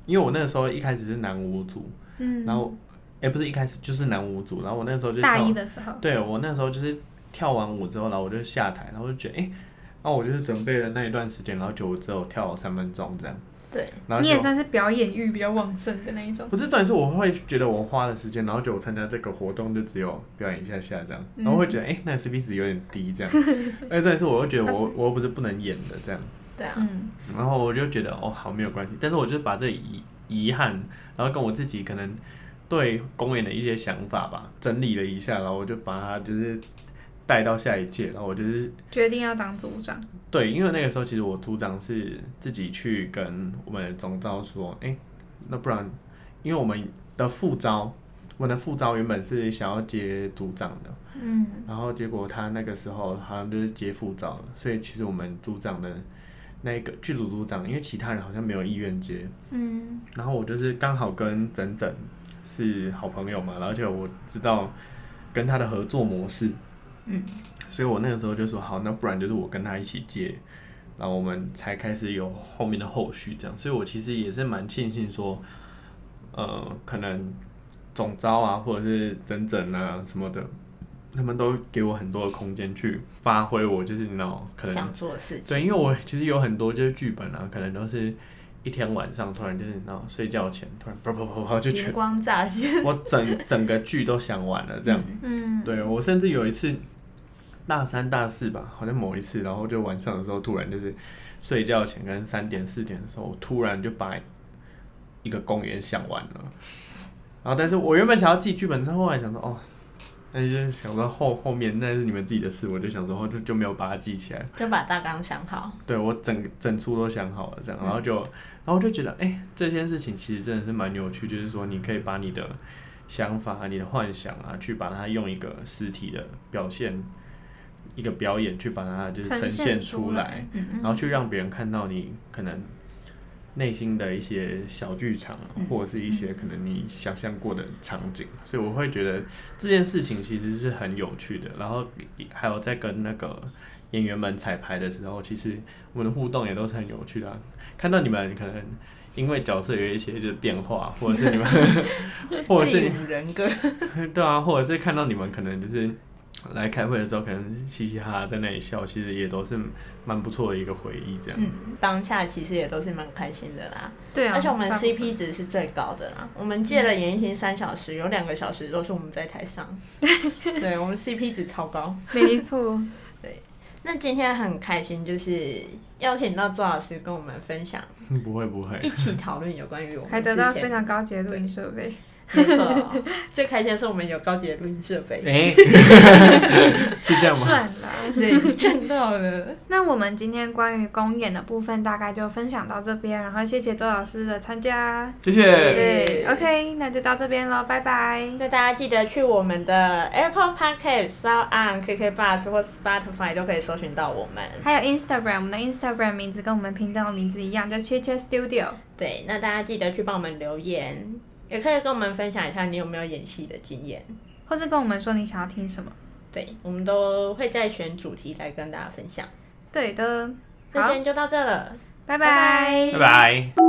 [SPEAKER 3] 因为我那个时候一开始是男舞组，
[SPEAKER 1] 嗯，
[SPEAKER 3] 然后哎、不是一开始就是男舞组，然后我那时候就
[SPEAKER 1] 大
[SPEAKER 3] 跳
[SPEAKER 1] 一的时候，
[SPEAKER 3] 对我那时候就是跳完舞之后，然后我就下台，然后我就觉得哎，那、我就是准备了那一段时间，然后就我只有跳了三分钟这样，
[SPEAKER 2] 对，
[SPEAKER 3] 然后
[SPEAKER 1] 你也
[SPEAKER 3] 就
[SPEAKER 1] 算是表演欲比较旺盛的那一种。
[SPEAKER 3] 不是重点是我会觉得我花了时间，然后就我参加这个活动就只有表演一下下这样，
[SPEAKER 1] 嗯
[SPEAKER 3] 然后会觉得哎、诶那 CP 值有点低这样， 而且重点是我又 觉得我我又不是不能演的这样，
[SPEAKER 2] 对啊，
[SPEAKER 1] 嗯，
[SPEAKER 3] 然后我就觉得哦好没有关系，但是我就把这遗遗憾，然后跟我自己可能对公演的一些想法吧整理了一下，然后我就把它就是带到下一届，然后我就是
[SPEAKER 1] 决定要当组长。
[SPEAKER 3] 对，因为那个时候其实我组长是自己去跟我们的总招说，哎、那不然，因为我们的副招，我们的副招原本是想要接组长的，
[SPEAKER 1] 嗯，
[SPEAKER 3] 然后结果他那个时候好像就是接副招了，所以其实我们组长的那个剧组组长，因为其他人好像没有意愿接，
[SPEAKER 1] 嗯，
[SPEAKER 3] 然后我就是刚好跟整整是好朋友嘛，而且我知道跟他的合作模式，
[SPEAKER 2] 嗯，
[SPEAKER 3] 所以我那个时候就说好，那不然就是我跟他一起接，然后我们才开始有后面的后续这样，所以我其实也是蛮庆幸说，呃，可能总招啊，或者是整整啊什么的。他们都给我很多的空间去发挥我，就是你知道，可能
[SPEAKER 2] 想做的事情。
[SPEAKER 3] 对，因为我其实有很多就是剧本啊，可能都是一天晚上突然就是你知道睡觉前突然啪啪啪啪就
[SPEAKER 2] 灵
[SPEAKER 3] 全
[SPEAKER 2] 光乍现，
[SPEAKER 3] 我整整个剧都想完了这样。
[SPEAKER 1] 嗯，
[SPEAKER 3] 对我甚至有一次大三大四吧，好像某一次，然后就晚上的时候突然就是睡觉前跟三点四点的时候，我突然就把一个公演想完了。然后，但是我原本想要记剧本，但后来想说，哦，但是就是想到后后面那是你们自己的事，我就想说哦我就就没有把它记起来。
[SPEAKER 2] 就把大纲想好。
[SPEAKER 3] 对我整整出都想好了这样，然后就然后我就觉得，哎、这件事情其实真的是蛮有趣，就是说你可以把你的想法、啊、你的幻想啊，去把它用一个实体的表现。一个表演去把它就是呈现出来，，
[SPEAKER 1] 嗯
[SPEAKER 3] 然后去让别人看到你可能内心的一些小剧场啊、或者是一些可能你想象过的场景，所以我会觉得这件事情其实是很有趣的。然后还有在跟那个演员们彩排的时候，其实我们的互动也都是很有趣的啊、看到你们可能。因为角色有一些就是变化，或者是你们，或者是你
[SPEAKER 2] 第五人格，
[SPEAKER 3] 对啊，或者是看到你们可能就是来开会的时候，可能嘻嘻哈哈在那里笑，其实也都是蛮不错的一个回忆。这样，
[SPEAKER 2] 当下其实也都是蛮开心的啦。
[SPEAKER 1] 对啊，
[SPEAKER 2] 而且我们
[SPEAKER 1] 差不多
[SPEAKER 2] CP 值是最高的啦。我们借了演艺厅三小时，有两个小时都是我们在 台上，对我们 CP 值超高。
[SPEAKER 1] 没错，
[SPEAKER 2] 那今天很开心，就是邀请到周老师跟我们分享，
[SPEAKER 3] 嗯不会不会，
[SPEAKER 2] 一起讨论有关于我们
[SPEAKER 1] 还得
[SPEAKER 2] 之
[SPEAKER 1] 到非
[SPEAKER 2] 前。
[SPEAKER 1] 常高级的录音设备。
[SPEAKER 2] 没 错，最开心的是我们有高级的录音设备，
[SPEAKER 3] 哎、 是这样吗？
[SPEAKER 1] 算
[SPEAKER 2] 啊
[SPEAKER 1] 了，
[SPEAKER 2] 对，赚到了。
[SPEAKER 1] 那我们今天关于公演的部分大概就分享到这边，然后谢谢周老师的参加。
[SPEAKER 3] 谢谢，
[SPEAKER 1] 对，OK，那就到这边喽，拜拜。
[SPEAKER 2] 那大家记得去我们的 Apple Podcast、Sound On、KK Bus 或 Spotify 都可以搜寻到我们。
[SPEAKER 1] 还有 Instagram，我们的 Instagram 名字跟我们频道的名字一样，叫 Chit Chat Studio。
[SPEAKER 2] 对，那大家记得去帮我们留言，也可以跟我们分享一下你有没有演戏的经验。
[SPEAKER 1] 或是跟我们说你想要听什么。
[SPEAKER 2] 对，我们都会再选主题来跟大家分享。
[SPEAKER 1] 对的，
[SPEAKER 2] 那今
[SPEAKER 1] 好，
[SPEAKER 2] 天就到这了，
[SPEAKER 1] 拜拜
[SPEAKER 3] 拜拜。